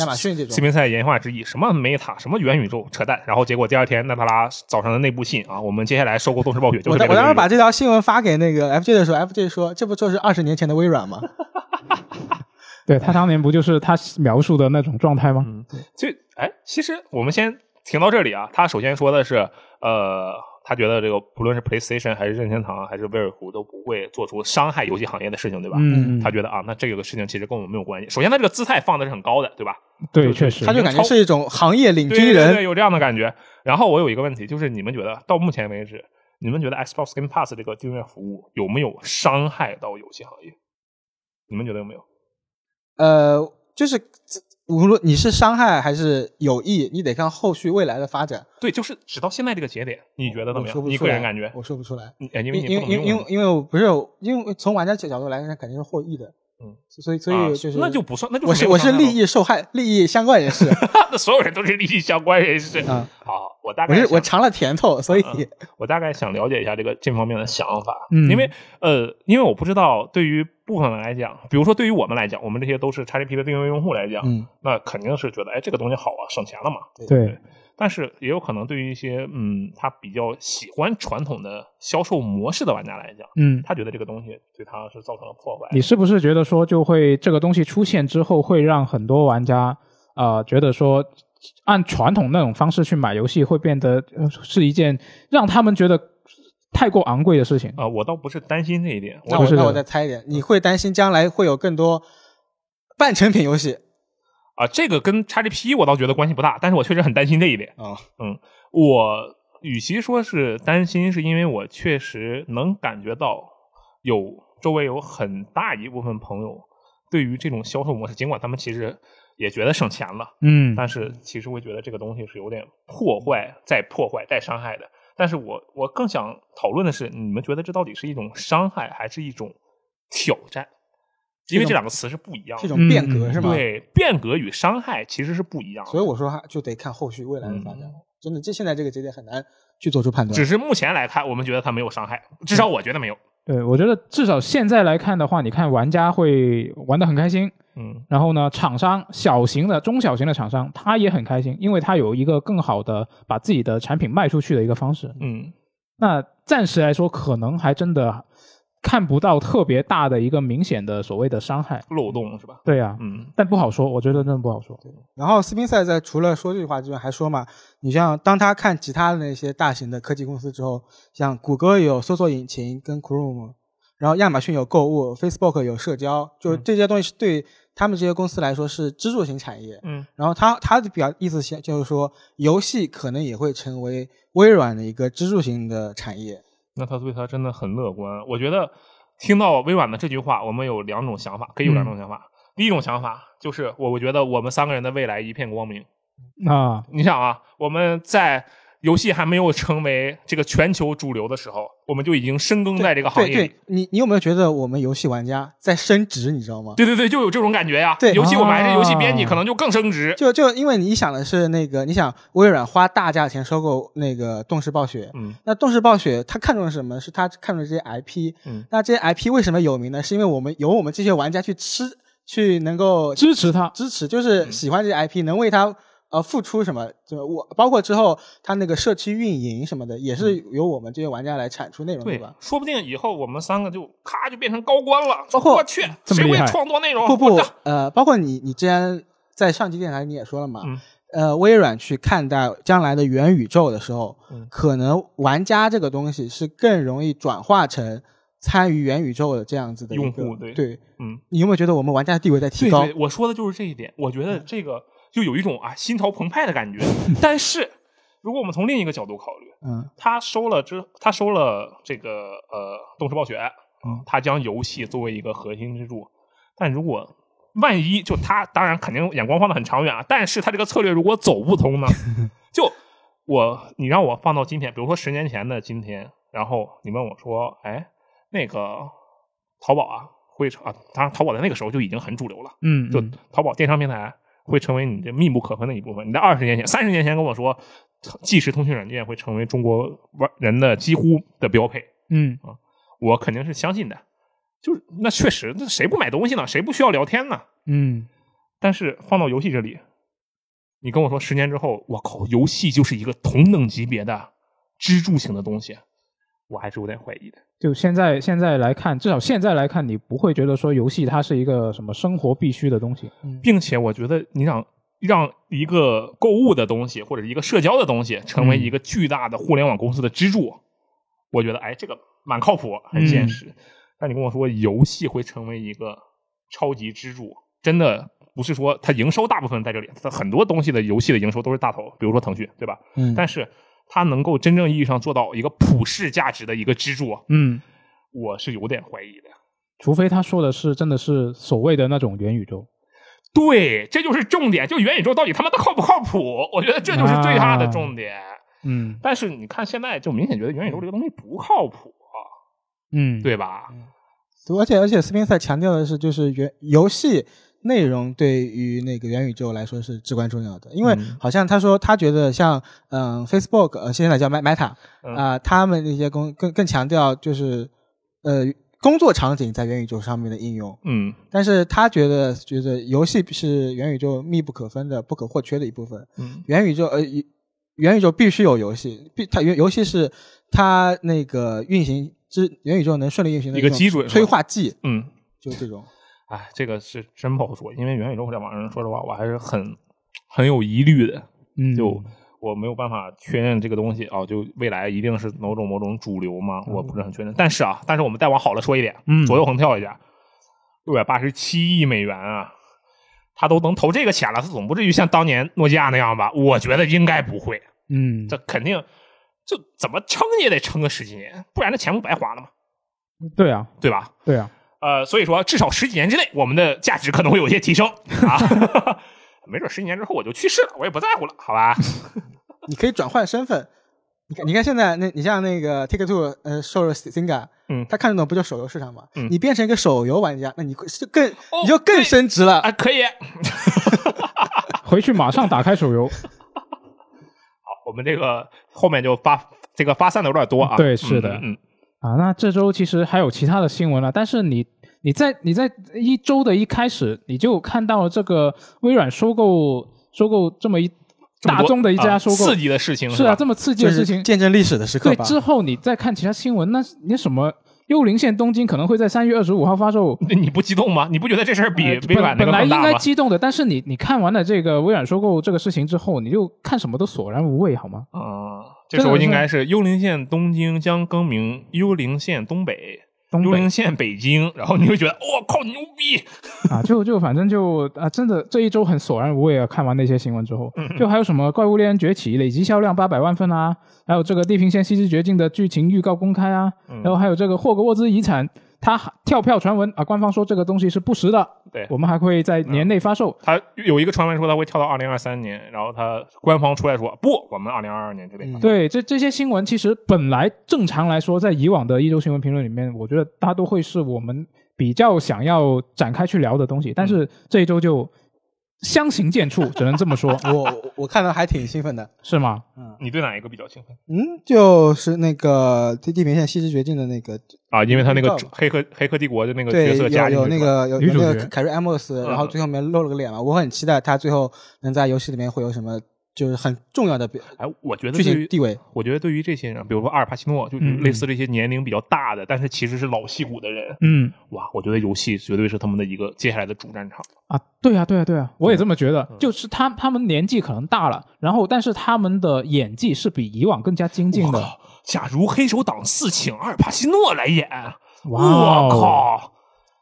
S3: 亚马逊这种
S2: 西宾塞言话之意，什么 Meta，什么元宇宙，扯淡。然后结果第二天，纳塔拉早上的内部信啊，我们接下来收购动视暴雪就
S3: 我
S2: 是这
S3: 当
S2: 个
S3: 我当时
S2: 元宇宙
S3: 把这条新闻发给那个 FJ 的时候，FJ 说：“这不就是二十年前的微软吗
S1: 对他当年不就是他描述的那种状态吗？
S2: 嗯，就哎，其实我们先停到这里啊。他首先说的是，呃，他觉得这个不论是 PlayStation 还是任天堂还是威尔湖都不会做出伤害游戏行业的事情，对吧？
S1: 嗯，
S2: 他觉得啊，那这个事情其实跟我们没有关系。首先，他这个姿态放的是很高的，对吧？
S1: 对，
S2: 就
S1: 确？”实
S3: 他，就感觉是一种行业领
S2: 对
S3: 军
S2: 对对
S3: 嗯人
S2: 对，有这样的感觉。然后我有一个问题，就是你们觉得到目前为止，你们觉得 Xbox Game Pass 这个订阅服务有没有伤害到游戏行业？你们觉得有没有？
S3: 呃，就是无论你是伤害还是有益，你得看后续未来的发展。
S2: 对，就是直到现在这个节点，你觉得怎
S3: 我
S2: 么
S3: 说
S2: 样？
S3: 不
S2: 你
S3: 出
S2: 个人
S3: 来，
S2: 感觉？
S3: 我说不出来，
S2: 你哎因为
S3: 因为
S2: 你不
S3: 因为
S2: 能
S3: 因为因
S2: 用
S3: 为因为我不是因为从玩家角度来看，肯定是获益的，
S2: 嗯，
S3: 所以所
S2: 啊
S3: 以就是
S2: 那就不算，那就
S3: 我
S2: 是
S3: 是
S2: 没有
S3: 我是
S2: 伤害
S3: 利益受害，利益相关人士
S2: 到， 那所有人都是利益相关人士
S3: 啊，
S2: 好，我大
S3: 我
S2: 概
S3: 是
S2: 想
S3: 我尝了甜 头，所以
S2: 嗯我大概想了解一下这个这方面的想法，
S1: 嗯
S2: 因为呃，因为我不知道对于部分人来讲，比如说对于我们来讲，我们这些都是 XGP 的订阅用户来讲，
S3: 嗯，
S2: 那肯定是觉得哎这个东西好啊，省钱了嘛。
S1: 对，
S2: 但是也有可能对于一些嗯他比较喜欢传统的销售模式的玩家来讲，
S1: 嗯，
S2: 他觉得这个东西对他是造成了破坏。
S1: 你是不是觉得说就会这个东西出现之后，会让很多玩家呃觉得说按传统那种方式去买游戏会变得呃是一件让他们觉得太过昂贵的事情？
S2: 啊、我倒不是担心这一点，我
S3: 嗯
S2: 嗯
S3: 那
S1: 不
S3: 我
S1: 是
S3: 那
S1: 的
S3: 我再猜一点，你会担心将来会有更多半成品游戏
S2: 啊，这个跟 XGP 我倒觉得关系不大，但是我确实很担心这一点。
S3: 啊？
S2: 我与其说是担心，是因为我确实能感觉到有周围有很大一部分朋友对于这种销售模式，尽管他们其实也觉得省钱了，
S1: 嗯
S2: 但是其实会觉得这个东西是有点破坏、再破坏、再伤害的。但是我我更想讨论的是，你们觉得这到底是一种伤害，还是一种挑战？因为这两个词是不一样
S3: 这
S2: 的。
S3: 种变革
S1: 嗯
S3: 是吗？，
S2: 对，变革与伤害其实是不一样的。
S3: 所以我说哈，就得看后续未来的发展。
S2: 嗯
S3: 真的，这现在这个节点很难去做出判断。
S2: 只是目前来看，我们觉得它没有伤害，至少我觉得没有。
S1: 对，我觉得至少现在来看的话，你看玩家会玩的很开心，
S2: 嗯
S1: 然后呢，厂商小型的、中小型的厂商他也很开心，因为他有一个更好的把自己的产品卖出去的一个方式。
S2: 嗯，
S1: 那暂时来说，可能还真的看不到特别大的一个明显的所谓的伤害。
S2: 漏洞是吧？
S1: 对啊，
S2: 嗯
S1: 但不好说，我觉得真的不好说。
S3: 然后斯宾塞在除了说这句话之外，还说嘛，你像当他看其他的那些大型的科技公司之后，像谷歌有搜索引擎跟 Chrome，然后亚马逊有购物，Facebook 有社交，就是
S2: 嗯
S3: 这些东西是对他们这些公司来说是支柱型产业。
S2: 嗯
S3: 然后他他的表意思是就是说，游戏可能也会成为微软的一个支柱型的产业。
S2: 那他对他真的很乐观。我觉得听到微软的这句话，我们有两种想法，可以
S3: 嗯
S2: 有两种想法。第一种想法就是，我我觉得我们三个人的未来一片光明。
S1: 啊，
S2: 你想啊，我们在游戏还没有成为这个全球主流的时候，我们就已经深耕在这个行业
S3: 对
S2: 里。
S3: 对，你你有没有觉得我们游戏玩家在升值？你知道吗？
S2: 对对对，就有这种感觉呀。
S3: 对
S2: 尤其我们还是游戏编辑，
S1: 啊
S2: 可能就更升值。
S3: 就就因为你想的是那个，你想微软花大价钱收购那个动视暴雪，
S2: 嗯
S3: 那动视暴雪它看中了什么？是它看中了这些 IP。
S2: 嗯，
S3: 那这些 IP 为什么有名呢？是因为我们有我们这些玩家去吃，去能够
S1: 支持他，
S3: 支持，
S2: 嗯
S3: 就是喜欢这些 IP，能为它呃付出什么？就我包括之后它那个社区运营什么的，也
S2: 嗯
S3: 是由我们这些玩家来产出内容，嗯对
S2: 对
S3: 吧？，
S2: 说不定以后我们三个就咔就变成高官了。
S3: 包括
S2: 我去，
S1: 这么
S2: 谁
S1: 厉
S2: 会
S1: 害
S2: 创作内容？哦
S3: 不
S2: 我
S3: 不
S2: 的，
S3: 呃，包括你，你之前在上期电台你也说了嘛，
S2: 嗯
S3: 呃，微软去看待将来的元宇宙的时候，
S2: 嗯
S3: 可能玩家这个东西是更容易转化成参与元宇宙的这样子的一个
S2: 用户对嗯，
S3: 你有没有觉得我们玩家的地位在提
S2: 对
S3: 高？嗯
S2: 对，我说的就是这一点。我觉得这个就有一种啊心潮澎湃的 感觉。但是如果我们从另一个角度考虑，
S3: 嗯
S2: 他收了之，他收了这个呃动视暴雪，
S3: 嗯
S2: 他将游戏作为一个核心支柱。但如果万一就他，当然肯定眼光放得很长远啊，但是他这个策略如果走不通呢？就我你让我放到今天，比如说十年前的今天，然后你问我说，哎，那个淘宝啊会成啊，当然淘宝在那个时候就已经很主流了。
S1: 嗯，
S2: 就
S1: 嗯
S2: 淘宝电商平台会成为你这密不可分的一部分。你在二十年前、三十年前跟我说，即时通讯软件会成为中国玩人的几乎的标配，
S1: 嗯，
S2: 我肯定是相信的。就是那确实，那谁不买东西呢？谁不需要聊天呢？
S1: 嗯，
S2: 但是放到游戏这里，你跟我说十年之后，我靠，游戏就是一个同等级别的支柱型的东西，我还是有点怀疑的。
S1: 就现在现在来看，至少现在来看，你不会觉得说游戏它是一个什么生活必须的东西。
S2: 并且我觉得你想让一个购物的东西或者一个社交的东西成为一个巨大的互联网公司的支柱，我觉得哎，这个蛮靠谱，很现实。但你跟我说游戏会成为一个超级支柱，真的不是说它营收大部分在这里，它很多东西的游戏的营收都是大头，比如说腾讯，对吧？
S3: 嗯，
S2: 但是它能够真正意义上做到一个普世价值的一个支柱，
S1: 嗯，
S2: 我是有点怀疑的。
S1: 除非他说的是真的是所谓的那种元宇宙。
S2: 对，这就是重点。就元宇宙到底他妈的靠不靠谱？我觉得这就是最大的重点。
S1: 嗯
S2: 但是你看现在就明显觉得元宇宙这个东西不靠谱，
S1: 嗯，，
S2: 对吧？
S3: 对而且而且斯宾塞强调的是，就是元游戏内容对于那个元宇宙来说是至关重要的，因为
S2: 嗯
S3: 好像他说他觉得像嗯 Facebook 呃现在叫 Meta 啊、
S2: 嗯
S3: 他们那些公更更强调就是呃工作场景在元宇宙上面的应用，
S2: 嗯
S3: 但是他觉得觉得游戏是元宇宙密不可分的不可或缺的一部分，
S2: 嗯
S3: 元宇宙呃，一元宇宙必须有游戏，必它元游戏是它那个运行之元宇宙能顺利运行的
S2: 一个
S3: 种
S2: 基准是吧
S3: 催化剂，
S2: 嗯，
S3: 就这种。
S2: 哎，这个是真不好说，因为元宇宙这玩意儿，说实话，我还是很很有疑虑的。
S1: 嗯，
S2: 就我没有办法确认这个东西啊，就未来一定是某种某种主流吗？我不是很确认。但是啊，但是我们再往好了说一点，
S1: 嗯
S2: 左右横跳一下，六百八十七亿美元啊，他都能投这个钱了，他总不至于像当年诺基亚那样吧？我觉得应该不会，
S1: 嗯，
S2: 这肯定就怎么撑也得撑个十几年，不然这钱不白花了嘛，
S1: 对啊，
S2: 对吧？
S1: 对啊，
S2: 呃，所以说至少十几年之内，我们的价值可能会有一些提升啊。 没准十几年之后我就去世了，我也不在乎了，好吧？
S3: 你可以转换身份，你看你看现在那你像那个 Take Two 呃收了 Singa，
S2: 嗯
S3: 他看中的不就手游市场吗？
S2: 嗯
S3: 你变成一个手游玩家，那你就更、
S2: 哦
S3: 你就更
S2: 对
S3: 升值了。
S2: 啊，可以，
S1: 回去马上打开手 游。
S2: 我们这个后面就发这个发散的有点多啊。
S1: 对是的
S2: 嗯，嗯
S1: 啊，那这周其实还有其他的新闻了，但是你你在你在一周的一开始，你就看到了这个微软收购收购这么一
S2: 这么
S1: 大
S2: 多
S1: 宗的一家
S2: 啊
S1: 收购，
S2: 刺激的事情
S1: 是
S2: 吧
S1: 啊，这么刺激
S3: 就
S1: 的事
S3: 是
S1: 情，
S3: 见证历史的时刻
S1: 对
S3: 吧。
S1: 之后你再看其他新闻，那那什么幽灵线东京可能会在三月二十五号发售。
S2: 那你不激动吗？你不觉得这事儿比
S1: 呃
S2: 微软那
S1: 本本
S2: 个
S1: 来
S2: 更
S1: 应
S2: 大
S1: 该
S2: 吗？
S1: 激动的，但是你你看完了这个微软收购这个事情之后，你就看什么都索然无味，好吗？
S2: 啊、这时
S1: 真
S2: 候
S1: 的是
S2: 应该是《幽灵线：东京》将更名《幽灵线：东北》，
S1: 东
S2: 幽
S1: 北
S2: 灵线北京，然后你会觉得我、靠牛逼，
S1: 啊，就就反正就啊，真的这一周很索然无味啊。看完那些新闻之后，就还有什么《怪物猎人崛起》累计销量八百万份啊，还有这个《地平线：西之绝境》的剧情预告公开啊，然后还有这个《霍格沃兹遗产》，它跳票传闻啊，官方说这个东西是不实的，
S2: 对嗯
S1: 我们还会在年内发售。
S2: 他有一个传闻说他会跳到二零二三年，然后他官方出来说不，我们二零二二年之内。
S3: 嗯
S1: 对，这这些新闻其实本来正常来说，在以往的一周新闻评论里面，我觉得它都会是我们比较想要展开去聊的东西，但是这一周就相形见绌，只能这么说，
S3: 我我我看到还挺兴奋的，
S1: 是吗？
S2: 你对哪一个比较兴奋
S3: 嗯，就是那个《地地平线：西之绝境》的那个，
S2: 啊？因为他那个
S3: 预告
S2: 主黑客黑客帝国的那个角
S3: 对，
S2: 色
S3: 有
S2: 加进
S3: 有
S2: 去
S3: 那
S2: 是吧，
S3: 个有
S1: 女
S3: 有
S1: 主
S3: 那
S1: 角
S3: 个凯瑞·埃莫斯，然后
S2: 嗯
S3: 最后面露了个脸嘛，我很期待他最后能在游戏里面会有什么就是很重要的表
S2: 哎，我觉得
S3: 剧
S2: 对
S3: 情
S2: 于
S3: 地位。
S2: 我觉得对于这些人，比如说阿尔帕西诺，就是
S1: 嗯嗯
S2: 类似这些年龄比较大的，但是其实是老戏骨的人，
S1: 嗯。
S2: 哇，我觉得游戏绝对是他们的一个接下来的主战场。
S1: 啊，对啊，对啊，对啊，我也这么觉得。
S2: 嗯
S1: 就是他他们年纪可能大了，然后但是他们的演技是比以往更加精进的。
S2: 靠！假如黑手党四请阿尔帕西诺来演，
S1: 哇
S2: 我
S1: 哦！
S2: 靠，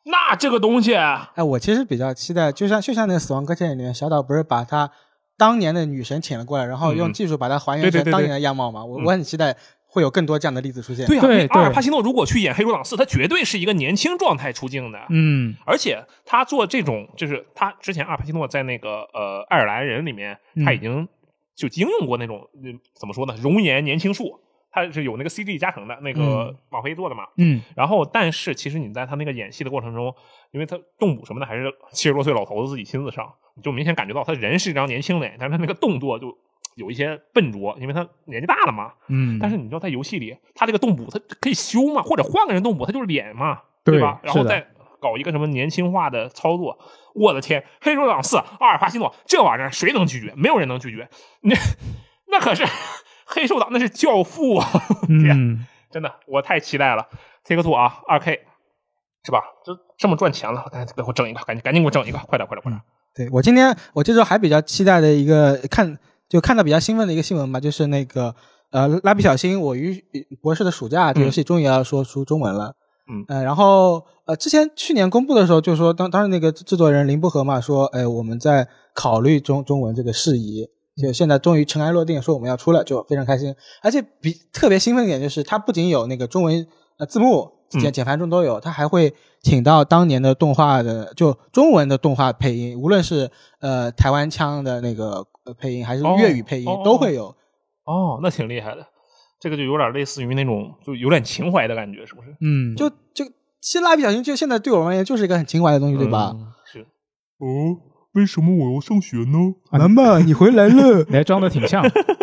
S2: 那这个东西，啊
S3: 哎，我其实比较期待，就像就像那个《死亡搁浅》里面，小岛不是把他当年的女神请了过来，然后用
S2: 嗯
S3: 技术把它还
S2: 对
S3: 原
S2: 对
S3: 成
S2: 对
S3: 当
S2: 对
S3: 年的样貌嘛？我
S2: 嗯
S3: 我很期待会有更多这样的例子出现。
S2: 对啊，
S1: 对
S2: 那阿尔
S1: 对
S2: 帕西诺如果去演黑手党四，他绝对是一个年轻状态出镜的。
S1: 嗯，
S2: 而且他做这种，就是他之前阿尔帕西诺在那个呃爱尔兰人里面，他已经就经用过那种、嗯怎么说呢，容颜年轻术，他是有那个 CG 加成的，那个
S1: 嗯
S2: 网飞做的嘛。
S1: 嗯，
S2: 然后，但是其实你在他那个演戏的过程中，因为他动捕什么的还是七十多岁老头子自己亲自上，你就明显感觉到他人是一张年轻脸，但是他那个动作就有一些笨拙，因为他年纪大了嘛。
S1: 嗯，
S2: 但是你知道在游戏里，他这个动捕他可以修嘛，或者换个人动捕，他就是脸嘛，
S1: 对
S2: 吧？然后
S1: 是的
S2: 再搞一个什么年轻化的操作，我的天，黑手党四阿尔帕西诺这玩意儿谁能拒绝？没有人能拒绝， 那那可是 黑手党，那是教父啊！ 这样
S1: 嗯，
S2: 真的，我太期待了。Take two 啊，二 K 是吧？就这么赚钱了，赶紧给我整一个，赶紧赶紧给我整一个，快点快点快点！
S3: 对我今天我这周还比较期待的一个看就看到比较兴奋的一个新闻吧，就是那个呃《蜡笔小新我与博士的暑假》这个游戏终于要说出中文了。
S2: 嗯
S3: 呃，然后呃，之前去年公布的时候就说，当当时那个制作人林不和嘛说，哎，我们在考虑中中文这个事宜，
S2: 嗯
S3: 就现在终于尘埃落定，说我们要出了，就非常开心。而且比特别兴奋的点就是，它不仅有那个中文呃字幕
S2: 嗯
S3: 简简繁中都有，它还会请到当年的动画的就中文的动画配音，无论是呃台湾腔的那个呃配音，还是
S2: 哦
S3: 粤语配音、
S2: 哦
S3: 都会有。
S2: 哦，那挺厉害的，这个就有点类似于那种就有点情怀的感觉，是不是？
S1: 嗯，
S3: 就就其实蜡笔小新就现在对我们而言就是一个很情怀的东西，对吧？
S2: 嗯？是。哦，为什么我要上学呢？
S3: 妈妈，你回 来了。
S1: 啊你还装的挺像，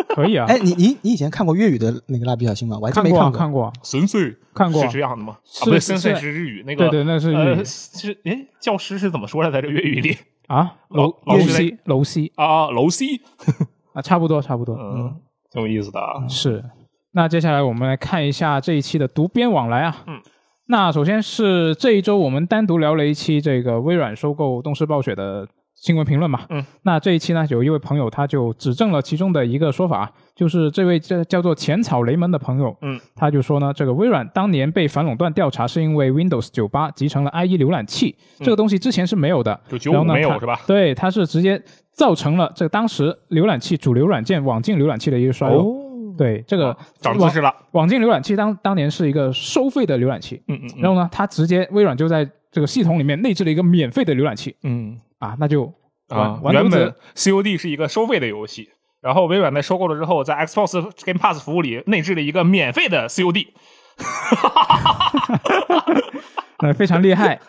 S1: 可以啊。
S3: 哎，你你你以前看过粤语的那个蜡笔小新吗？我还真
S1: 看
S3: 没
S1: 过啊，
S3: 过。
S1: 看过啊，
S2: 神岁
S1: 看过
S2: 是这样的吗？啊，
S1: 是
S2: 不对，
S1: 是
S2: 神岁
S1: 是
S2: 是日语那个。
S1: 对对，那是粤语
S2: 呃，是哎，教师是怎么说的？在这个粤语里
S1: 啊，
S2: 老
S1: 楼
S2: 呃老
S1: 楼
S2: 师在
S1: 西楼西
S2: 啊，楼 C，
S1: 啊，差不多差不多，
S2: 嗯，挺有意思的啊。
S1: 是。那接下来我们来看一下这一期的读编往来啊。
S2: 嗯。
S1: 那首先是这一周我们单独聊了一期这个微软收购动视暴雪的新闻评论嘛。
S2: 嗯。
S1: 那这一期呢，有一位朋友他就指正了其中的一个说法，就是这位叫叫做浅草雷门的朋友，
S2: 嗯，
S1: 他就说呢，这个微软当年被反垄断调查是因为 Windows 九八集成了 IE 浏览器，
S2: 嗯
S1: 这个东西之前是没有的，
S2: 就九
S1: 然
S2: 五
S1: 后呢
S2: 没有
S1: 它
S2: 是吧？
S1: 对，它是直接造成了这当时浏览器主流软件网进浏览器的一个衰落。
S2: 哦，
S1: 对，这个
S2: 长知
S1: 网
S2: 识了。
S1: 网进浏览器当当年是一个收费的浏览器，
S2: 嗯嗯嗯
S1: 然后呢，它直接微软就在这个系统里面内置了一个免费的浏览器
S2: 嗯。
S1: 啊，那就
S2: 啊
S1: 完，完
S2: 原
S1: 犊
S2: 本
S1: 子
S2: COD 是一个收费的游戏，然后微软在收购了之后，在 Xbox Game Pass 服务里内置了一个免费的 COD。
S1: 呃非常厉害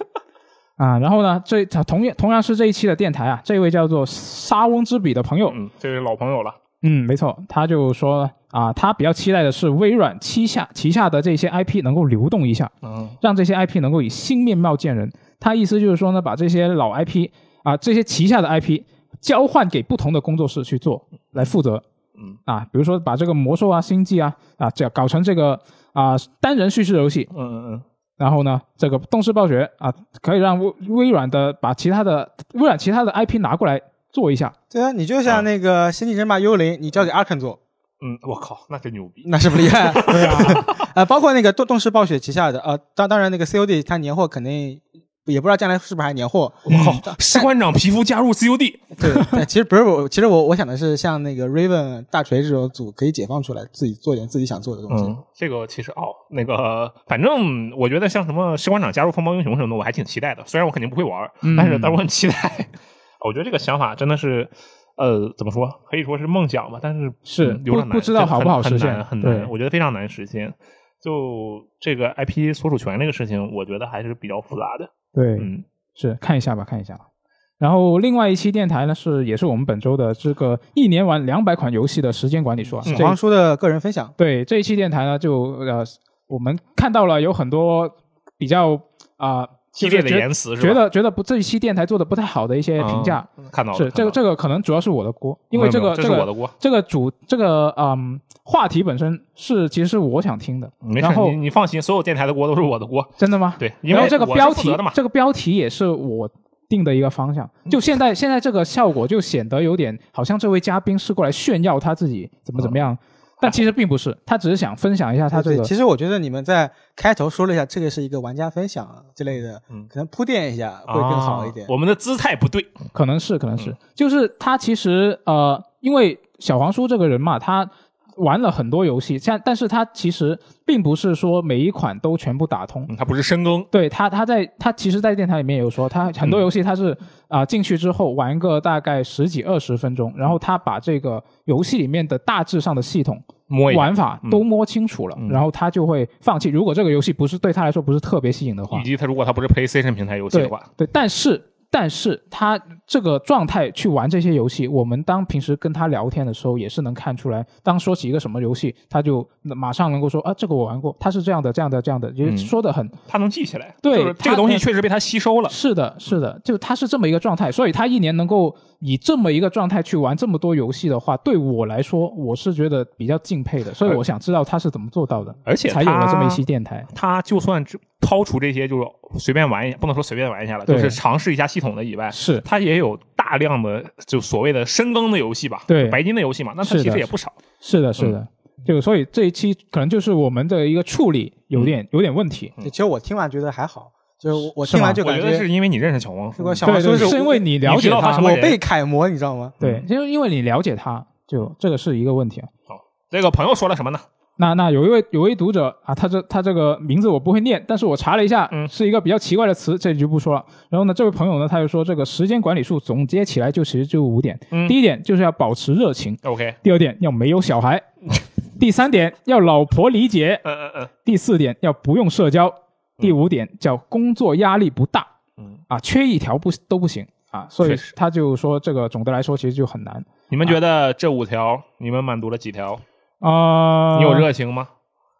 S1: 啊。然后呢，这它同样同样是这一期的电台啊，这位叫做莎翁之笔的朋友，
S2: 嗯，这是老朋友了。
S1: 嗯，没错，他就说啊，他比较期待的是微软旗下旗下的这些 IP 能够流动一下，
S2: 嗯
S1: 让这些 IP 能够以新面貌见人。他意思就是说呢，把这些老 IP 啊，这些旗下的 IP 交换给不同的工作室去做，来负责。
S2: 嗯
S1: 啊，比如说把这个魔兽啊、星际啊啊，这搞成这个啊单人叙事游戏，
S2: 嗯嗯
S1: 然后呢，这个动视暴雪啊，可以让微微软的把其他的微软其他的 IP 拿过来做一下。啊
S3: 对啊，你就像那个《星际争霸：幽灵》，你交给阿肯做，
S2: 嗯，我靠，那真牛逼！
S3: 那是不厉 害。
S1: 对啊，
S3: 呃，包括那个动动视暴雪旗下的，呃，当当然那个 COD 它年货肯定也不知道将来是不是还 年货。
S2: 我靠，嗯士官长皮肤加入 COD，
S3: 对，但其实不是我，其实我我想的是像那个 Raven、大锤这种组可以解放出来，自己做点自己想做的东西。
S2: 嗯，这个其实哦，那个反正我觉得像什么士官长加入风暴英雄什么的，我还挺期待的。虽然我肯定不会玩儿，
S1: 嗯
S2: 但是但是我很期待。 我觉得这个想法真的是，呃，怎么说？可以说是梦想吧，但是
S1: 是
S2: 嗯有点
S1: 不
S2: 难，
S1: 不知道
S2: 真的
S1: 好
S2: 很
S1: 不好实
S2: 很
S1: 现
S2: 难，很难
S1: 对
S2: 我觉得非常难实现。就这个 IP 所属权这个事情，我觉得还是比较复杂的。
S1: 对，
S2: 嗯，
S1: 是看一下吧，看一下吧。然后另外一期电台呢，是也是我们本周的这个一年玩两百款游戏的时间管理术啊。
S3: 小
S1: 这
S3: 嗯黄书的个人分享，
S1: 对这一期电台呢，就呃，我们看到了有很多比较啊、
S2: 激
S1: 就是
S2: 烈的
S1: 觉
S2: 言辞是吧？
S1: 觉得觉得不这一期电台做的不太好的一些评价，
S2: 嗯看到了
S1: 是这个
S2: 看
S1: 这个可能主要是我的锅，因
S2: 到了
S1: 为这
S2: 没有没有
S1: 个
S2: 这
S1: 这
S2: 是
S1: 个
S2: 我的锅，
S1: 这个主这个嗯话题本身是其实是我想听的，
S2: 嗯没事
S1: 然，后
S2: 你你放心，所有电台的锅都是我的锅。
S1: 真的吗？
S2: 对，因
S1: 然后
S2: 为
S1: 这个
S2: 我是
S1: 标
S2: 负
S1: 题
S2: 责的嘛，嗯
S1: 这个标题也是我定的一个方向。就现在现在这个效果就显得有点好像这位嘉宾是过来炫耀他自己怎么
S2: 嗯
S1: 怎么样，但其实并不是，他只是想分享一下他这
S3: 对
S1: 个
S3: 对其实我觉得你们在开头说了一下，这个是一个玩家分享之类的，
S2: 嗯
S3: 可能铺垫一下会更好一点。
S2: 啊我们的姿态不对，
S1: 可能是，可能是，
S2: 嗯
S1: 就是他其实呃，因为小黄书这个人嘛，他玩了很多游戏，像但是他其实并不是说每一款都全部打通。
S2: 嗯它不是深耕，
S1: 对他，他在他其实，在电台里面有说，他很
S2: 嗯
S1: 多游戏他是啊、进去之后玩个大概十几二十分钟，然后他把这个游戏里面的大致上的系统
S2: 摸一下
S1: 玩法
S2: 嗯
S1: 都摸清楚了，
S2: 嗯
S1: 然后他就会放弃。如果这个游戏不是对他来说不是特别吸引的话
S2: 以，及它如果它不是 PlayStation 平台游戏的话，
S1: 对，但是但是他这个状态去玩这些游戏，我们当平时跟他聊天的时候也是能看出来，当说起一个什么游戏，他就马上能够说啊，这个我玩过，他是这样的，这样的，这样的，也
S2: 嗯
S1: 说的很、
S2: 它能记起来。
S1: 对
S2: 就是这
S1: 它
S2: 个东西
S1: 能
S2: 确实被它吸收了。
S1: 是的，是的，就他是这么一个状态，所以他一年能够以这么一个状态去玩这么多游戏的话，对我来说，我是觉得比较敬佩的，所以
S2: 而
S1: 我想知道他是怎么做到的，
S2: 而且
S1: 才有了这么一
S2: 它
S1: 期电台。
S2: 它就算只抛除这些，就是随便玩一下，不能说随便玩一下了，
S1: 对
S2: 就是尝试一下系统的以外，
S1: 是
S2: 它也有大量的就所谓的深耕的游戏吧，
S1: 对
S2: 白金的游戏嘛，那它
S1: 是的
S2: 其实也不少。
S1: 是的，是
S2: 嗯
S1: 的，就所以这一期可能就是我们的一个处理有点、有点问题。
S2: 嗯
S3: 其实我听完觉得还好，就是我我
S1: 是
S3: 听
S1: 吗
S3: 完就
S2: 我
S3: 感
S2: 觉得是因为你认识小嗯黄书
S3: 如，果小
S1: 对
S3: 黄书
S1: 对，是
S3: 我
S1: 因为你了
S2: 你知
S1: 解
S2: 道他嗯什么
S3: 我
S2: 人
S3: 被楷模，你知道吗？
S1: 对，就是因为你了解他，就这个是一个问题啊。
S2: 这个朋友说了什么呢？
S1: 那那有一位有一位读者啊，他这他这个名字我不会念，但是我查了一下，
S2: 嗯
S1: 是一个比较奇怪的词，这里就不说了。然后呢，这位朋友呢，他就说这个时间管理术总结起来就其实就五点，
S2: 嗯
S1: 第一点就是要保持热情，
S2: ，OK，
S1: 第二点要没有小 孩，第三点要老婆理解，
S2: 嗯嗯嗯
S1: 第四点要不用社交，第五点叫工作压力不大
S2: 嗯，
S1: 啊，缺一条不都不行啊，所以
S2: 确实
S1: 他就说这个总的来说其实就很难。
S2: 你们觉得这五条你们满足了几条？
S1: 啊、
S2: 你有热情吗？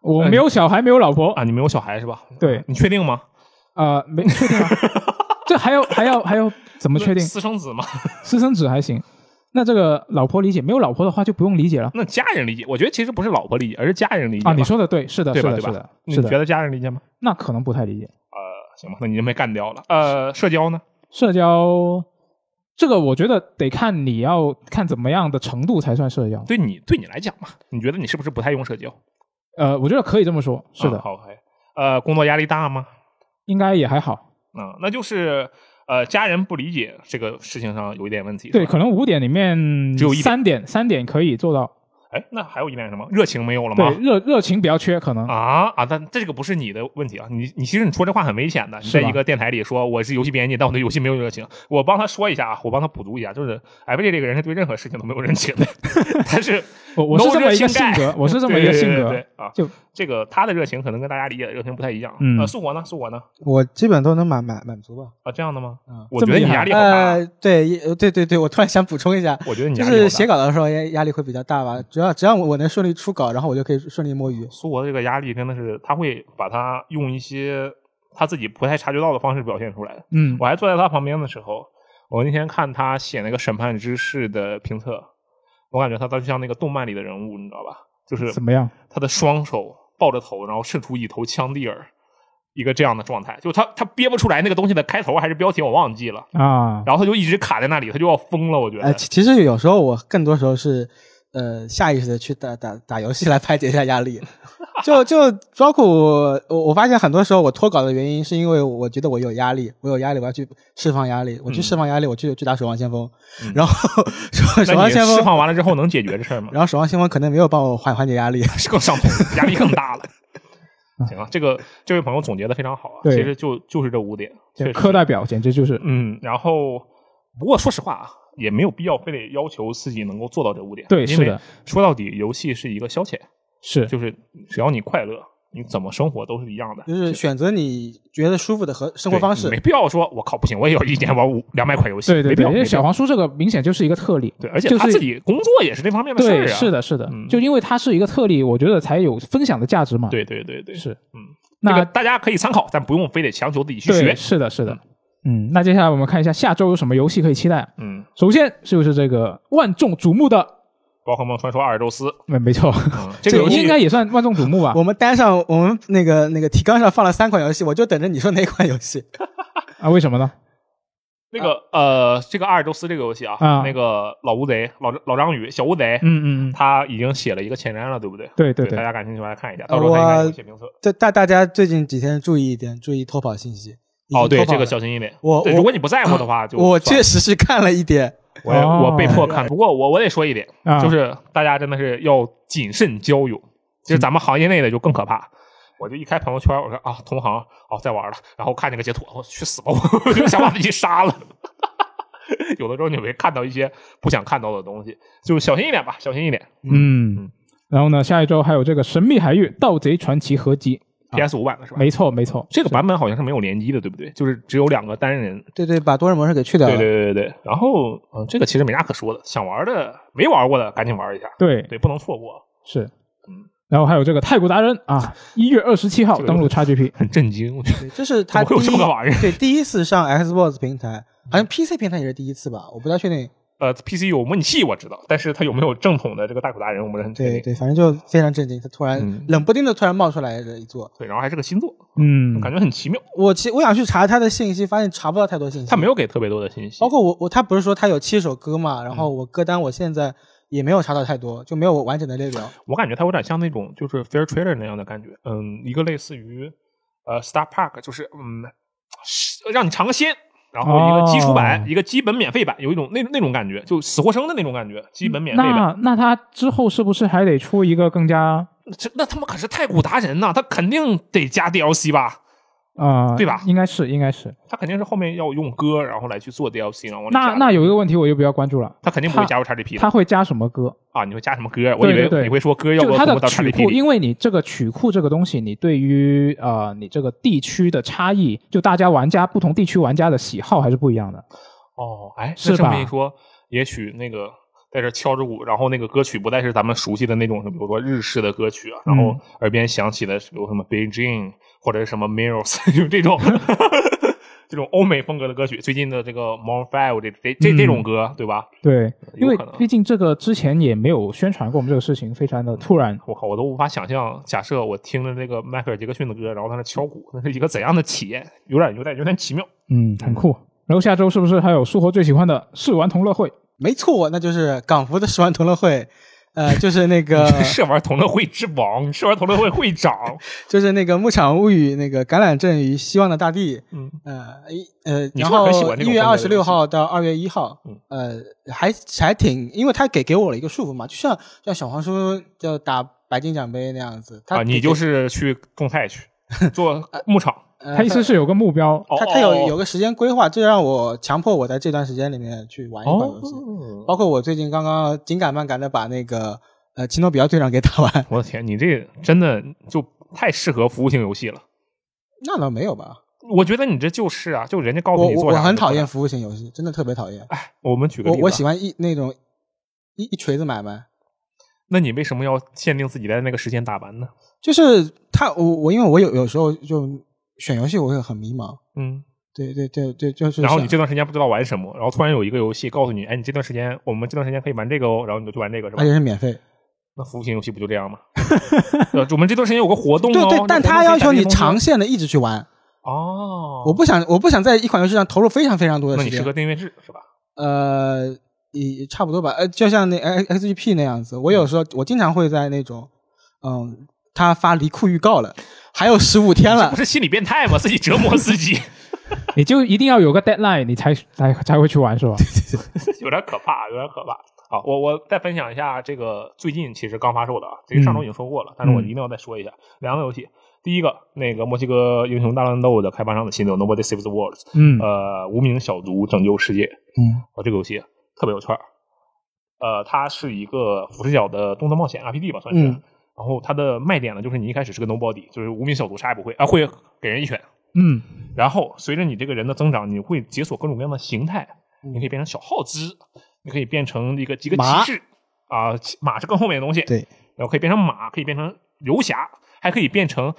S1: 我没有小孩，没有老婆。
S2: 啊，你没有小孩是吧？
S1: 对，
S2: 你确定吗？
S1: 啊、没确定啊。 这还要还要还要怎么 确定？
S2: 私生子吗？
S1: 私生子还行。那这个老婆理解，没有老婆的话就不用理解了
S2: 那家人理解，我觉得其实不是老婆理解，而是家人理解吧。
S1: 啊。你说的对，是的，
S2: 对
S1: 是
S2: 吧
S1: 的，
S2: 对
S1: 是
S2: 吧
S1: 的，
S2: 你
S1: 是
S2: 觉
S1: 的。
S2: 得家人理解吗？
S1: 那可能不太理解
S2: 呃，行吧，那你就被干掉了。呃，社交呢？
S1: 社交。这个我觉得得看你要看怎么样的程度才算社交。
S2: 对你对你来讲嘛，你觉得你是不是不太用社交？
S1: 呃，我觉得可以这么说，是的，
S2: 啊好，OK。呃，工作压力大吗？
S1: 应该也还好。
S2: 啊、那就是呃，家人不理解这个事情上有一点问题。
S1: 对，
S2: 是吧，
S1: 可能五点里面
S2: 只有一点
S1: 三点，三点可以做到。
S2: 哎，那还有一点什么？热情没有了
S1: 对，
S2: 吗？
S1: 热热情比较缺，可能
S2: 啊啊！但这个不是你的问题啊，你你其实你说这话很危险的。你
S1: 是
S2: 在
S1: 吧
S2: 一个电台里说我是游戏编辑，但我对游戏没有热情。我帮他说一下啊，我帮他补足一下，就是 F J 这个人是对任何事情都没有热情 的，他是
S1: 我我是
S2: no
S1: 这么一
S2: 热
S1: 个
S2: 情
S1: 性
S2: 盖
S1: 格，我是这么一个性格。
S2: 对对对对啊，
S1: 就
S2: 这个他的热情可能跟大家理解的热情不太一样。
S1: 嗯
S2: 呃，素活呢？素活呢？
S3: 我基本都能满满满足吧。
S2: 啊，这样的吗？
S3: 嗯，
S2: 我
S1: 这
S2: 觉
S1: 么
S2: 得你
S1: 厉害
S2: 压力好大啊。
S3: 呃，对，也呃对对对，我突然想补充一下，
S2: 我觉得你嗯
S3: 就
S2: 压力好
S3: 是
S2: 大
S3: 写稿的时候压压力会比较大吧。只要只要我我能顺利出稿，然后我就可以顺利摸鱼。
S2: 苏活的这个压力真的是，他会把他用一些他自己不太察觉到的方式表现出来。
S1: 嗯，
S2: 我还坐在他旁边的时候，我那天看他写那个审判之士的评测，我感觉他他就像那个动漫里的人物，你知道吧？就是
S1: 怎么样？
S2: 他的双手抱着头，然后伸出一头枪蒂儿，一个这样的状态，就他他憋不出来那个东西的开头还是标题，我忘记了。
S1: 啊，
S3: 哎
S2: 然后他就一直卡在那里，他就要疯了，我觉得。
S3: 呃，其其实有时候我更多时候是，呃下意识的去打打打游戏来排解一下压 力。就就包括我，我我发现很多时候我脱稿的原因是因为我觉得我有压力，我有压力，我要去释放压力，我去释放压力，我去去打《守望先锋》
S2: 嗯
S3: 然后守守
S2: 那
S3: 望
S2: 你
S3: 先锋
S2: 释》，放完了之后能解决这 事儿吗？
S3: 然后《守望先锋》可能没有帮我缓缓解压力。
S2: 是更上头， 压力更大了。行啊，这个这位朋友总结的非常好啊，
S1: 对
S2: 其实就就是这五点，确
S1: 就
S2: 实
S1: 课代表简直就是
S2: 嗯，然后不过说实话啊，也没有必要非得要求自己能够做到这五点，
S1: 对
S2: 因
S1: 是
S2: 为
S1: 的
S2: 说到底，游戏是一个消遣，
S1: 是
S2: 就是只要你快乐，你怎么生活都是一样的，
S3: 就是选择你觉得舒服的和嗯生活
S2: 对
S3: 方式
S2: 没。必要说我靠不行，我也要一年玩五两百款游戏，
S1: 对对
S2: 没必
S1: 对，
S2: 要，
S1: 因
S2: 没
S1: 为
S2: 必要
S1: 小黄书这个明显就是一个特例，
S2: 对，而且
S1: 就
S2: 他
S1: 是
S2: 自己工作也是这方面的事儿
S1: 对
S2: 啊，
S1: 是，的是的
S2: 嗯，
S1: 就因为它是一个特例，我觉得才有分享的价值嘛。
S2: 对对对对，
S1: 是，
S2: 嗯，这个
S1: 那
S2: 大家可以参考，但不用非得强求自己去
S1: 对
S2: 学，
S1: 是的是的，嗯，那接下来我们看一下下周有什么游戏可以期待啊。
S2: 嗯，
S1: 首先是不是这个万众瞩目的？哎
S2: 宝可梦传说阿尔宙斯，
S1: 没没错，
S2: 嗯，这个游戏
S1: 应该也算万众瞩目吧。
S3: 我们单上我们那个那个提纲上放了三款游戏，我就等着你说哪款游戏。
S1: 啊，为什么呢？
S2: 那个呃，这个阿尔宙斯这个游戏啊，
S1: 啊
S2: 那个老乌贼、老老章鱼、小乌贼，
S1: 嗯嗯嗯，
S2: 他已经写了一个前瞻了，对不对？
S1: 对对
S2: 大
S1: 对，
S2: 家感兴趣来看一下，到时候他应该有一些评测。
S3: 这大大家最近几天注意一点，注意偷跑信息。已
S2: 哦，
S3: 经
S2: 对，
S3: 偷跑
S2: 这个
S3: 了
S2: 小心一点。
S3: 我
S2: 对，
S3: 我啊
S2: 如果你不在乎的话，就
S3: 我
S2: 算
S3: 确
S2: 了
S3: 实是看了一点，
S2: 我也
S1: 哦
S2: 我被迫看。不过我我得说一点，
S1: 啊
S2: 就是大家真的是要谨慎交友，
S3: 嗯
S2: 就是咱们行业内的就更可怕。我就一开朋友圈，我说啊，同行哦在玩了，然后看见个截图，我去死吧，我就想把自己杀了。 有的时候你会看到一些不想看到的东西，就小心一点吧，小心一点。
S1: 嗯。然后呢，下一周还有这个《神秘海域：盗贼传奇》合集，啊
S2: PS 五版的是吧？
S1: 没错没错，
S2: 这个版本好像是没有联机的，对不对？就是只有两个单人。
S3: 对对，把多人模式给去掉了。
S2: 对对对对对。然后，嗯，这个其实没啥可说的，想玩的没玩过的赶紧玩一下，
S1: 对
S2: 对，不能错过。
S1: 是
S2: 嗯。
S1: 然后还有这个泰国达人啊，一月二十七号
S2: 这个
S1: 登陆 XGP，
S2: 很震惊，我觉得
S3: 对这是
S2: 怎
S3: 他
S2: 么
S3: 第
S2: 会有这么个
S3: 一
S2: 玩意儿？嗯
S3: 对第一次上 Xbox 平台，好像 PC 平台也是第一次吧，我不太确定。
S2: 呃，PC 有模拟器我知道，但是它有没有正统的这个大口达人，我们是很确
S3: 对
S2: 定。
S3: 对，反正就非常震惊，他突然、
S2: 嗯
S3: 冷不丁的突然冒出来的一座。
S2: 对，然后还是个新作，
S1: 嗯，
S2: 感觉很奇妙，
S3: 我其我想去查他的信息，发现查不到太多信息。
S2: 它没有给特别多的信息
S3: 包。括我我他不是说他有七首歌嘛，然后
S2: 嗯
S3: 我歌单我现在也没有查到太多，就没有我完整的列表。
S2: 我感觉它有点像那种就是 Fair Trader 那样的感觉，嗯，一个类似于呃 Star Park，就是嗯，是让你尝个鲜，然后一个基础版，
S1: 哦
S2: 一个基本免费版，有一种那那种感觉，就死活生的那种感觉，基本免费版。
S1: 那那他之后是不是还得出一个更加
S2: 这那他妈可是太古达人呐、他肯定得加 DLC 吧？
S1: 啊？
S2: 对吧
S1: 应该是应该是。
S2: 他肯定是后面要用歌，然后来去做 DLC，然后往里加
S1: 那那有一个问题我就比较关注了，
S2: 他肯定不会
S1: 他
S2: 加入 XGP 的。
S1: 他会加什么歌？
S2: 啊，你会加什么歌？我以
S1: 对对
S2: 为
S1: 对
S2: 你会说歌要不
S1: 就
S2: 要
S1: 它
S2: 同
S1: 的
S2: 步到
S1: 曲
S2: XGP
S1: 库，
S2: 里。
S1: 因为你这个曲库这个东西，你对于呃你这个地区的差异，就大家玩家不同地区玩家的喜好还是不一样的。
S2: 哦，哎，
S1: 是
S2: 那这么
S1: 吧
S2: 一说，也许那个在这敲着鼓，然后那个歌曲不再是咱们熟悉的那种，比如说日式的歌曲啊，然后
S1: 嗯
S2: 耳边响起的有什么 Beijing 或者是什么 Mirrors，就 这 种这种欧美风格的歌曲。最近的这个 m o n Five 这这这
S1: 嗯
S2: 这种歌，对吧？
S1: 对，因
S2: 有
S1: 为
S2: 可能
S1: 毕竟这个之前也没有宣传过我们这个事情，非常的突然。
S2: 我靠，我都无法想象，假设我听着这个迈克尔·杰克逊的歌，然后在那敲鼓，那是一个怎样的体验？有点有点有点奇妙。
S1: 嗯，很酷。然后下周是不是还有苏活最喜欢的试玩同乐会？
S3: 没错，那就是港服的十万同乐会， 呃，就是那个
S2: 是玩同乐会之王，是玩同乐会 会长。
S3: 就是那个《牧场物语》那个《橄榄镇与希望的大地》，
S2: 嗯，
S3: 呃一呃，
S2: 你是不是
S3: 然后
S2: 很喜欢这
S3: 一
S2: 种
S3: 月
S2: 风格
S3: 二
S2: 的
S3: 十
S2: 游
S3: 六
S2: 戏
S3: 号到二月一号，
S2: 嗯
S3: 呃，还还挺，因为他给给我了一个束缚嘛，就像像小黄书就打白金奖杯那样子，他
S2: 啊，你
S3: 给
S2: 就是去种菜 去，做牧场。
S3: 呃
S1: 他意思是有个目标，
S2: 哦
S3: 他他有有个时间规划，这让我强迫我在这段时间里面去玩一款游戏，
S2: 哦，
S3: 包括我最近刚刚紧赶慢赶的把那个呃奇诺比奥队长给打 完，
S2: 我的天，你这真的就太适合服务性游戏了。
S3: 那倒没有吧，
S2: 我觉得你这就是啊，就人家告
S3: 我
S2: 诉你
S3: 我
S2: 做
S3: 我
S2: 啥，
S3: 很讨厌。服务型游戏，真的特别讨厌。
S2: 哎，我们举个
S3: 我
S2: 例子啊，
S3: 我喜欢一那种一一锤子买卖，
S2: 那你为什么要限定自己在那个时间打完呢？
S3: 就是他我我因为我有有时候就选游戏我会很迷茫，
S2: 嗯，
S3: 对对对对，就是啊
S2: 然后你
S3: 想
S2: 这段时间不知道玩什么，然后突然有一个游戏告诉你，哎，你这段时间我们这段时间可以玩这个哦，然后你就去玩这个是吧
S3: 而？且是免费，
S2: 那服务型游戏不就这样吗？对我们这段时间有个活动哦，
S3: 对对
S2: 那，
S3: 但
S2: 活动
S3: 他
S2: 可以
S3: 要
S2: 打
S3: 求
S2: 这
S3: 你
S2: 些东西
S3: 长线的一直去玩，
S2: 哦，
S3: 我不想我不想在一款游戏上投入非常非常多
S2: 那
S3: 的
S2: 你
S3: 时
S2: 适
S3: 间
S2: 合，订阅制是吧？
S3: 呃，也差不多吧，呃，就像那 X G P 那样子，我有时候我经常会在那种，嗯，他发离库预告了，还有十五天了
S2: 不，是心理变态吗？自 己折磨自己，
S1: 你就一定要有个 deadline，你才才才会去玩是吧？
S2: 有点可怕，有点可怕。好，我我再分享一下这个最近其实刚发售的啊，这个上周已经说过
S3: 嗯
S2: 了，但是我一定要再说一下、两个游戏。第一个，那个墨西哥英雄大乱斗的开发商的新作《Nobody Saves the World》，
S1: 嗯
S2: 呃，无名小卒拯救世界。
S3: 嗯，
S2: 哦，这个游戏特别有趣儿。呃，它是一个俯视角的动作冒险 RPG 吧，算是。
S3: 嗯
S2: 然后它的卖点呢，就是你一开始是个 nobody，就是无名小卒，啥也不会啊，会给人一拳。
S1: 嗯
S2: 然后随着你这个人的增长，你会解锁各种各样的形态，你可以变成小耗资，你可以变成一个一个骑
S3: 嗯马
S2: 士啊，骑马是更后面的东西。
S3: 对，
S2: 然后可以变成马，可以变成游侠，还可以变成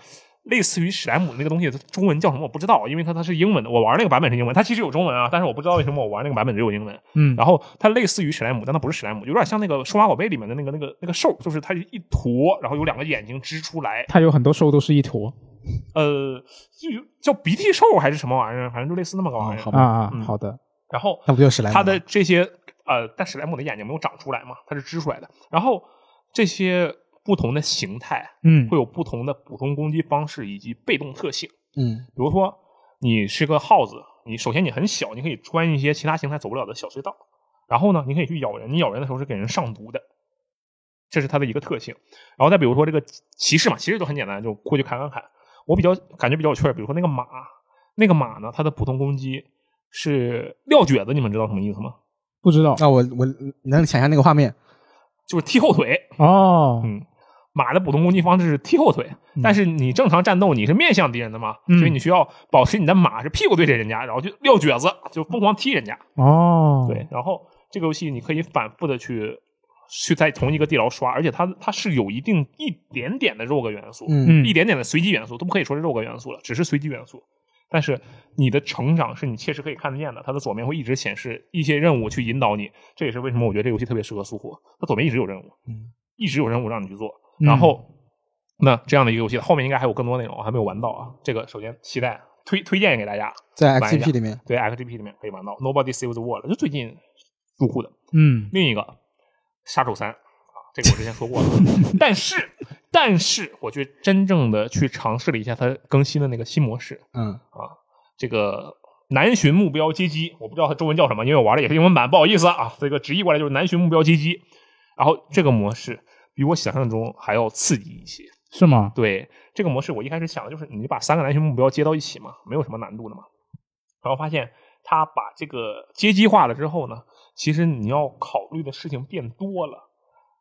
S2: 类似于史莱姆那个东西，它中文叫什么我不知道，因为它它是英文的，我玩那个版本是英文，它其实有中文啊，但是我不知道为什么我玩那个版本只有英文。
S1: 嗯
S2: 然后它类似于史莱姆，但它不是史莱姆，有点像那个数码宝贝里面的那个那个那个兽，就是它一坨，然后有两个眼睛支出来，
S1: 它有很多兽都是一坨
S2: 呃，就有叫鼻涕兽还是什么玩意儿，反正就类似那么个玩意儿。
S3: 哦好
S1: 啊啊，
S2: 嗯
S1: 好的，
S2: 然后
S3: 那不就是来
S2: 它的这些呃，但史莱姆的眼睛没有长出来嘛，它是支出来的。然后这些不同的形态
S1: 嗯
S2: 会有不同的普通攻击方式以及被动特性。
S3: 嗯
S2: 比如说，你是个耗子，你首先你很小，你可以穿一些其他形态走不了的小隧道。然后呢，你可以去咬人，你咬人的时候是给人上毒的，这是它的一个特性。然后再比如说这个骑士嘛，骑士就很简单，就过去砍砍砍。我比较感觉比较有趣儿，比如说那个马，那个马呢，它的普通攻击是撂蹶子，你们知道什么意思吗？
S1: 不知道
S2: 哦
S3: 那我我能想象那个画面，
S2: 就是踢后腿。
S1: 哦，
S2: 嗯，马的普通攻击方式是踢后腿，但是你正常战斗你是面向敌人的嘛，
S1: 嗯
S2: 所以你需要保持你的马是屁股对着人家，然后就撂蹶子，就疯狂踢人家。
S1: 哦，
S2: 对，，然后这个游戏你可以反复的去去在同一个地牢刷，而且它它是有一定一点点的肉个元素，
S3: 嗯
S1: 嗯
S2: 一点点的随机元素都不可以说是肉个元素了，只是随机元素。但是你的成长是你切实可以看得见的，它的左面会一直显示一些任务去引导你，这也是为什么我觉得这游戏特别适合苏活，它左面一直有任务，
S3: 嗯
S2: 一直有任务让你去做。
S1: 嗯
S2: 然后，那这样的一个游戏，后面应该还有更多内容，我还没有玩到啊。这个首先期待推推荐给大家，
S3: 在
S2: 玩一下
S3: XGP 里面，
S2: 对 XGP 里面可以玩到 Nobody Saves the World，就最近入库的。
S1: 嗯
S2: 另一个《杀手三》啊，这个我之前说过了，但是但是我去真正的去尝试了一下它更新的那个新模式，
S3: 嗯，
S2: 这个南巡目标接机，我不知道它中文叫什么，因为我玩的也是英文版，不好意思啊，这个直译过来就是南巡目标接机。然后这个模式比我想象中还要刺激一些。
S1: 是吗？
S2: 对这个模式，我一开始想的就是你把三个南巡目标接到一起嘛，没有什么难度的嘛。然后发现他把这个阶级化了之后呢，其实你要考虑的事情变多了，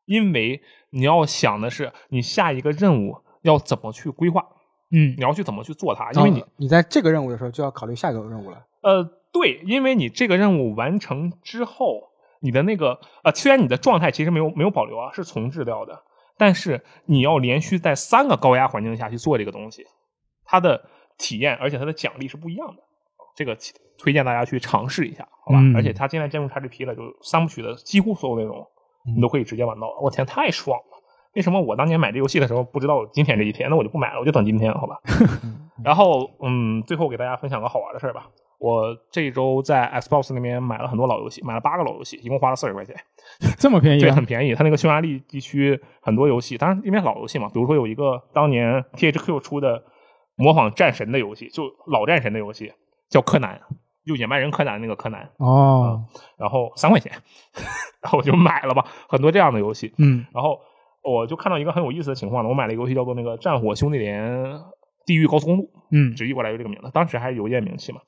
S2: 因为你要想的是你下一个任务要怎么去规划，
S1: 嗯
S2: 你要去怎么去做它，因为你
S3: 哦你在这个任务的时候就要考虑下一个任务了，
S2: 呃，对，因为你这个任务完成之后，你的那个呃，虽然你的状态其实没有没有保留啊，是重置掉的，但是你要连续在三个高压环境下去做这个东西，它的体验而且它的奖励是不一样的。这个推荐大家去尝试一下，好吧？
S1: 嗯
S2: 而且它现在进入 XGP 了，就三部曲的几乎所有内容你都可以直接玩到了。我天，太爽了！为什么我当年买这游戏的时候不知道有今天这一天？那我就不买了，我就等今天，好吧？然后，嗯，最后给大家分享个好玩的事儿吧。我这一周在 Xbox 那边买了很多老游戏，买了八个老游戏，一共花了四十块钱，
S1: 这么便宜
S2: 对，
S1: 啊
S2: 很？便宜。它那个匈牙利地区很多游戏，当然因为老游戏嘛，比如说有一个当年 THQ 出的模仿战神的游戏，就老战神的游戏叫柯南，就野蛮人柯南那个柯南，
S1: 哦，
S2: 然后三块钱， 然后我就买了吧，很多这样的游戏。
S1: 嗯
S2: 然后我就看到一个很有意思的情况呢，我买了一个游戏叫做那个《战火兄弟连地狱高速公路》，
S1: 嗯
S2: 直译过来就这个名字，当时还有一点名气嘛。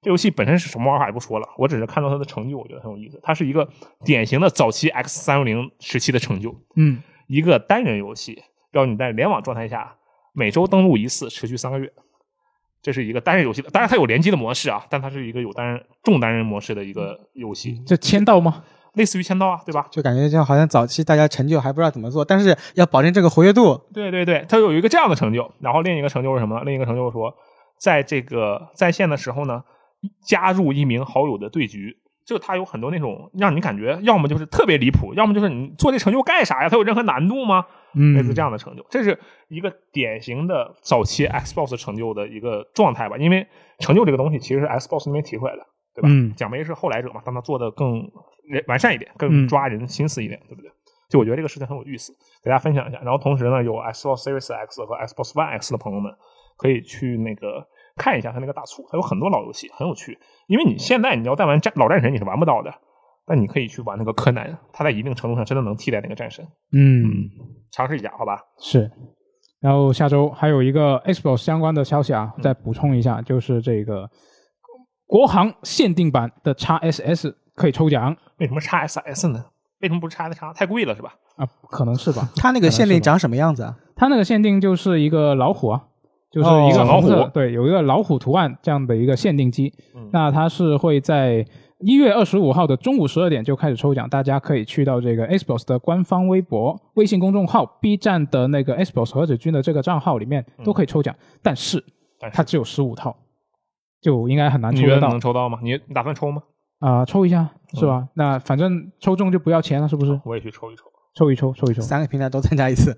S2: 这游戏本身是什么玩法也不说了，我只是看到它的成就，我觉得很有意思。它是一个典型的早期 X 三六零时期的成就，
S1: 嗯，
S2: 一个单人游戏，让你在联网状态下每周登录一次，持续三个月。这是一个单人游戏的，当然它有联机的模式啊，但它是一个有单人重单人模式的一个游戏，
S1: 这签到吗？
S2: 类似于签到啊，对吧？
S3: 就感觉就好像早期大家成就还不知道怎么做，但是要保证这个活跃度，
S2: 对对对，它有一个这样的成就。然后另一个成就是什么？另一个成就是说，在这个在线的时候呢，加入一名好友的对局。就它有很多那种让你感觉，要么就是特别离谱，要么就是你做这成就干啥呀？它有任何难度吗？
S1: 嗯，
S2: 类似这样的成就，这是一个典型的早期 Xbox 成就的一个状态吧。因为成就这个东西其实是 Xbox 那边提出来的，对吧？
S4: 嗯
S2: 蒋梅是后来者嘛，但他做的更人完善一点，
S4: 嗯
S2: 更抓人心思一点，对不对？就我觉得这个事情很有意思，给大家分享一下。然后同时呢，有 Xbox Series X 和 Xbox One X 的朋友们可以去那个看一下它那个大促，它有很多老游戏，很有趣。因为你现在你要再玩战老战神，你是玩不到的。但你可以去玩那个柯南，它在一定程度上真的能替代那个战神。
S4: 嗯，
S2: 尝试一下，好吧？
S1: 是。然后下周还有一个 Xbox 相关的消息啊，再补充一下，就是这个国行限定版的 x SS 可以抽奖
S2: 为什么叉 SS 呢？为什么不是叉 S 叉？太贵了是吧？
S1: 啊，可能是吧？
S3: 它
S2: 嗯
S3: 那个限定长什么样子啊？
S1: 它那个限定就是一个老虎啊，就是一个
S2: 哦老
S1: 红色
S2: 虎
S1: 对，有一个老虎图案这样的一个限定机。
S2: 嗯
S1: 那它是会在一月二十五号的中午十二点就开始抽奖，大家可以去到这个 Xbox 的官方微博、微信公众号、B 站的那个 Xbox 何子君的这个账号里面都可以抽奖，但是
S2: 但是
S1: 它只有十五套，就应该很难
S2: 你
S1: 啊抽
S2: 觉
S1: 得
S2: 得
S1: 到
S2: 能抽到吗？嗯你你打算抽吗？
S1: 啊、抽一下是吧？那反正抽中就不要钱了，是不是？
S2: 我也去抽一抽。
S1: 抽一抽，抽一抽，
S3: 三个平台都参加一次，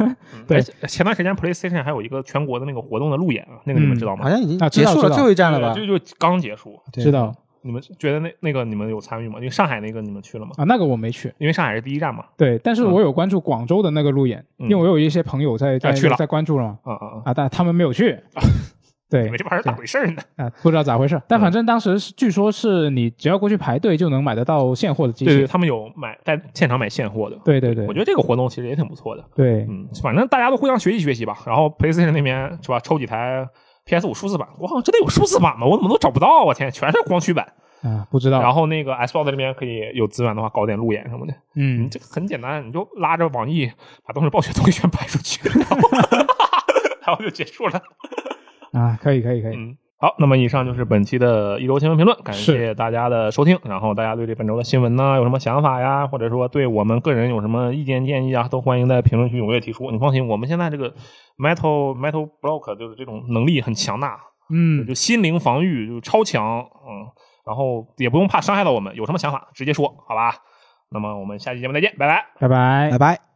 S2: 嗯
S1: 对
S2: 哎前段时间 PlayStation 还有一个全国的那个活动的路演啊，那个你们知道吗？
S3: 好像已经
S1: 啊知
S3: 结
S1: 道
S3: 束
S1: 知
S3: 了
S1: 道
S3: 最后一站了吧？
S2: 对，就就刚结束。
S3: 对
S1: 知道
S2: 你们觉得那那个你们有参与吗？因为上海那个你们去了吗？
S1: 啊？那个我没去，
S2: 因为上海是第一站嘛。
S1: 对，但是我有关注广州的那个路演，因
S2: 嗯
S1: 为我有一些朋友在在
S2: 啊去了
S1: 在关注了嘛，
S2: 啊啊啊！
S1: 啊，但他们没有去，
S2: 你嗯
S1: 对
S2: 们这玩意儿咋回事儿呢？
S1: 啊，不知道咋回事，但反正当时是据说是你只要过去排队就能买得到现货的机
S2: 对对，
S1: 器，
S2: 他们有买在现场买现货的。
S1: 对对对
S2: 我觉得这个活动其实也挺不错的。
S1: 对，
S2: 嗯，反正大家都互相学习学习吧。然后 PlayStation 那边是吧，抽几台 PS 五数字版，我好像真的有数字版吗？我怎么都找不到啊！我天，全是光驱版。
S1: 啊，不知道，
S2: 然后那个 Xbox 这边可以有资源的话，搞点路演什么的。你
S1: 嗯，
S2: 这个很简单，你就拉着网易把东视暴雪同学全拍出 去，然后 然后就结束了。
S1: 啊，可以可以可以，
S2: 嗯，好，那么以上就是本期的一周新闻评论，感谢
S1: 是
S2: 大家的收听。然后大家对这本周的新闻呢有什么想法呀，或者说对我们个人有什么意见建议啊，都欢迎在评论区踊跃提出。你放心，我们现在这个 Metal Metal Block 就是这种能力很强大，
S1: 嗯，
S2: 就心灵防御就超强，嗯，然后也不用怕伤害到我们，有什么想法直接说，好吧？那么我们下期节目再见，拜拜。
S1: 拜拜
S3: 拜。拜。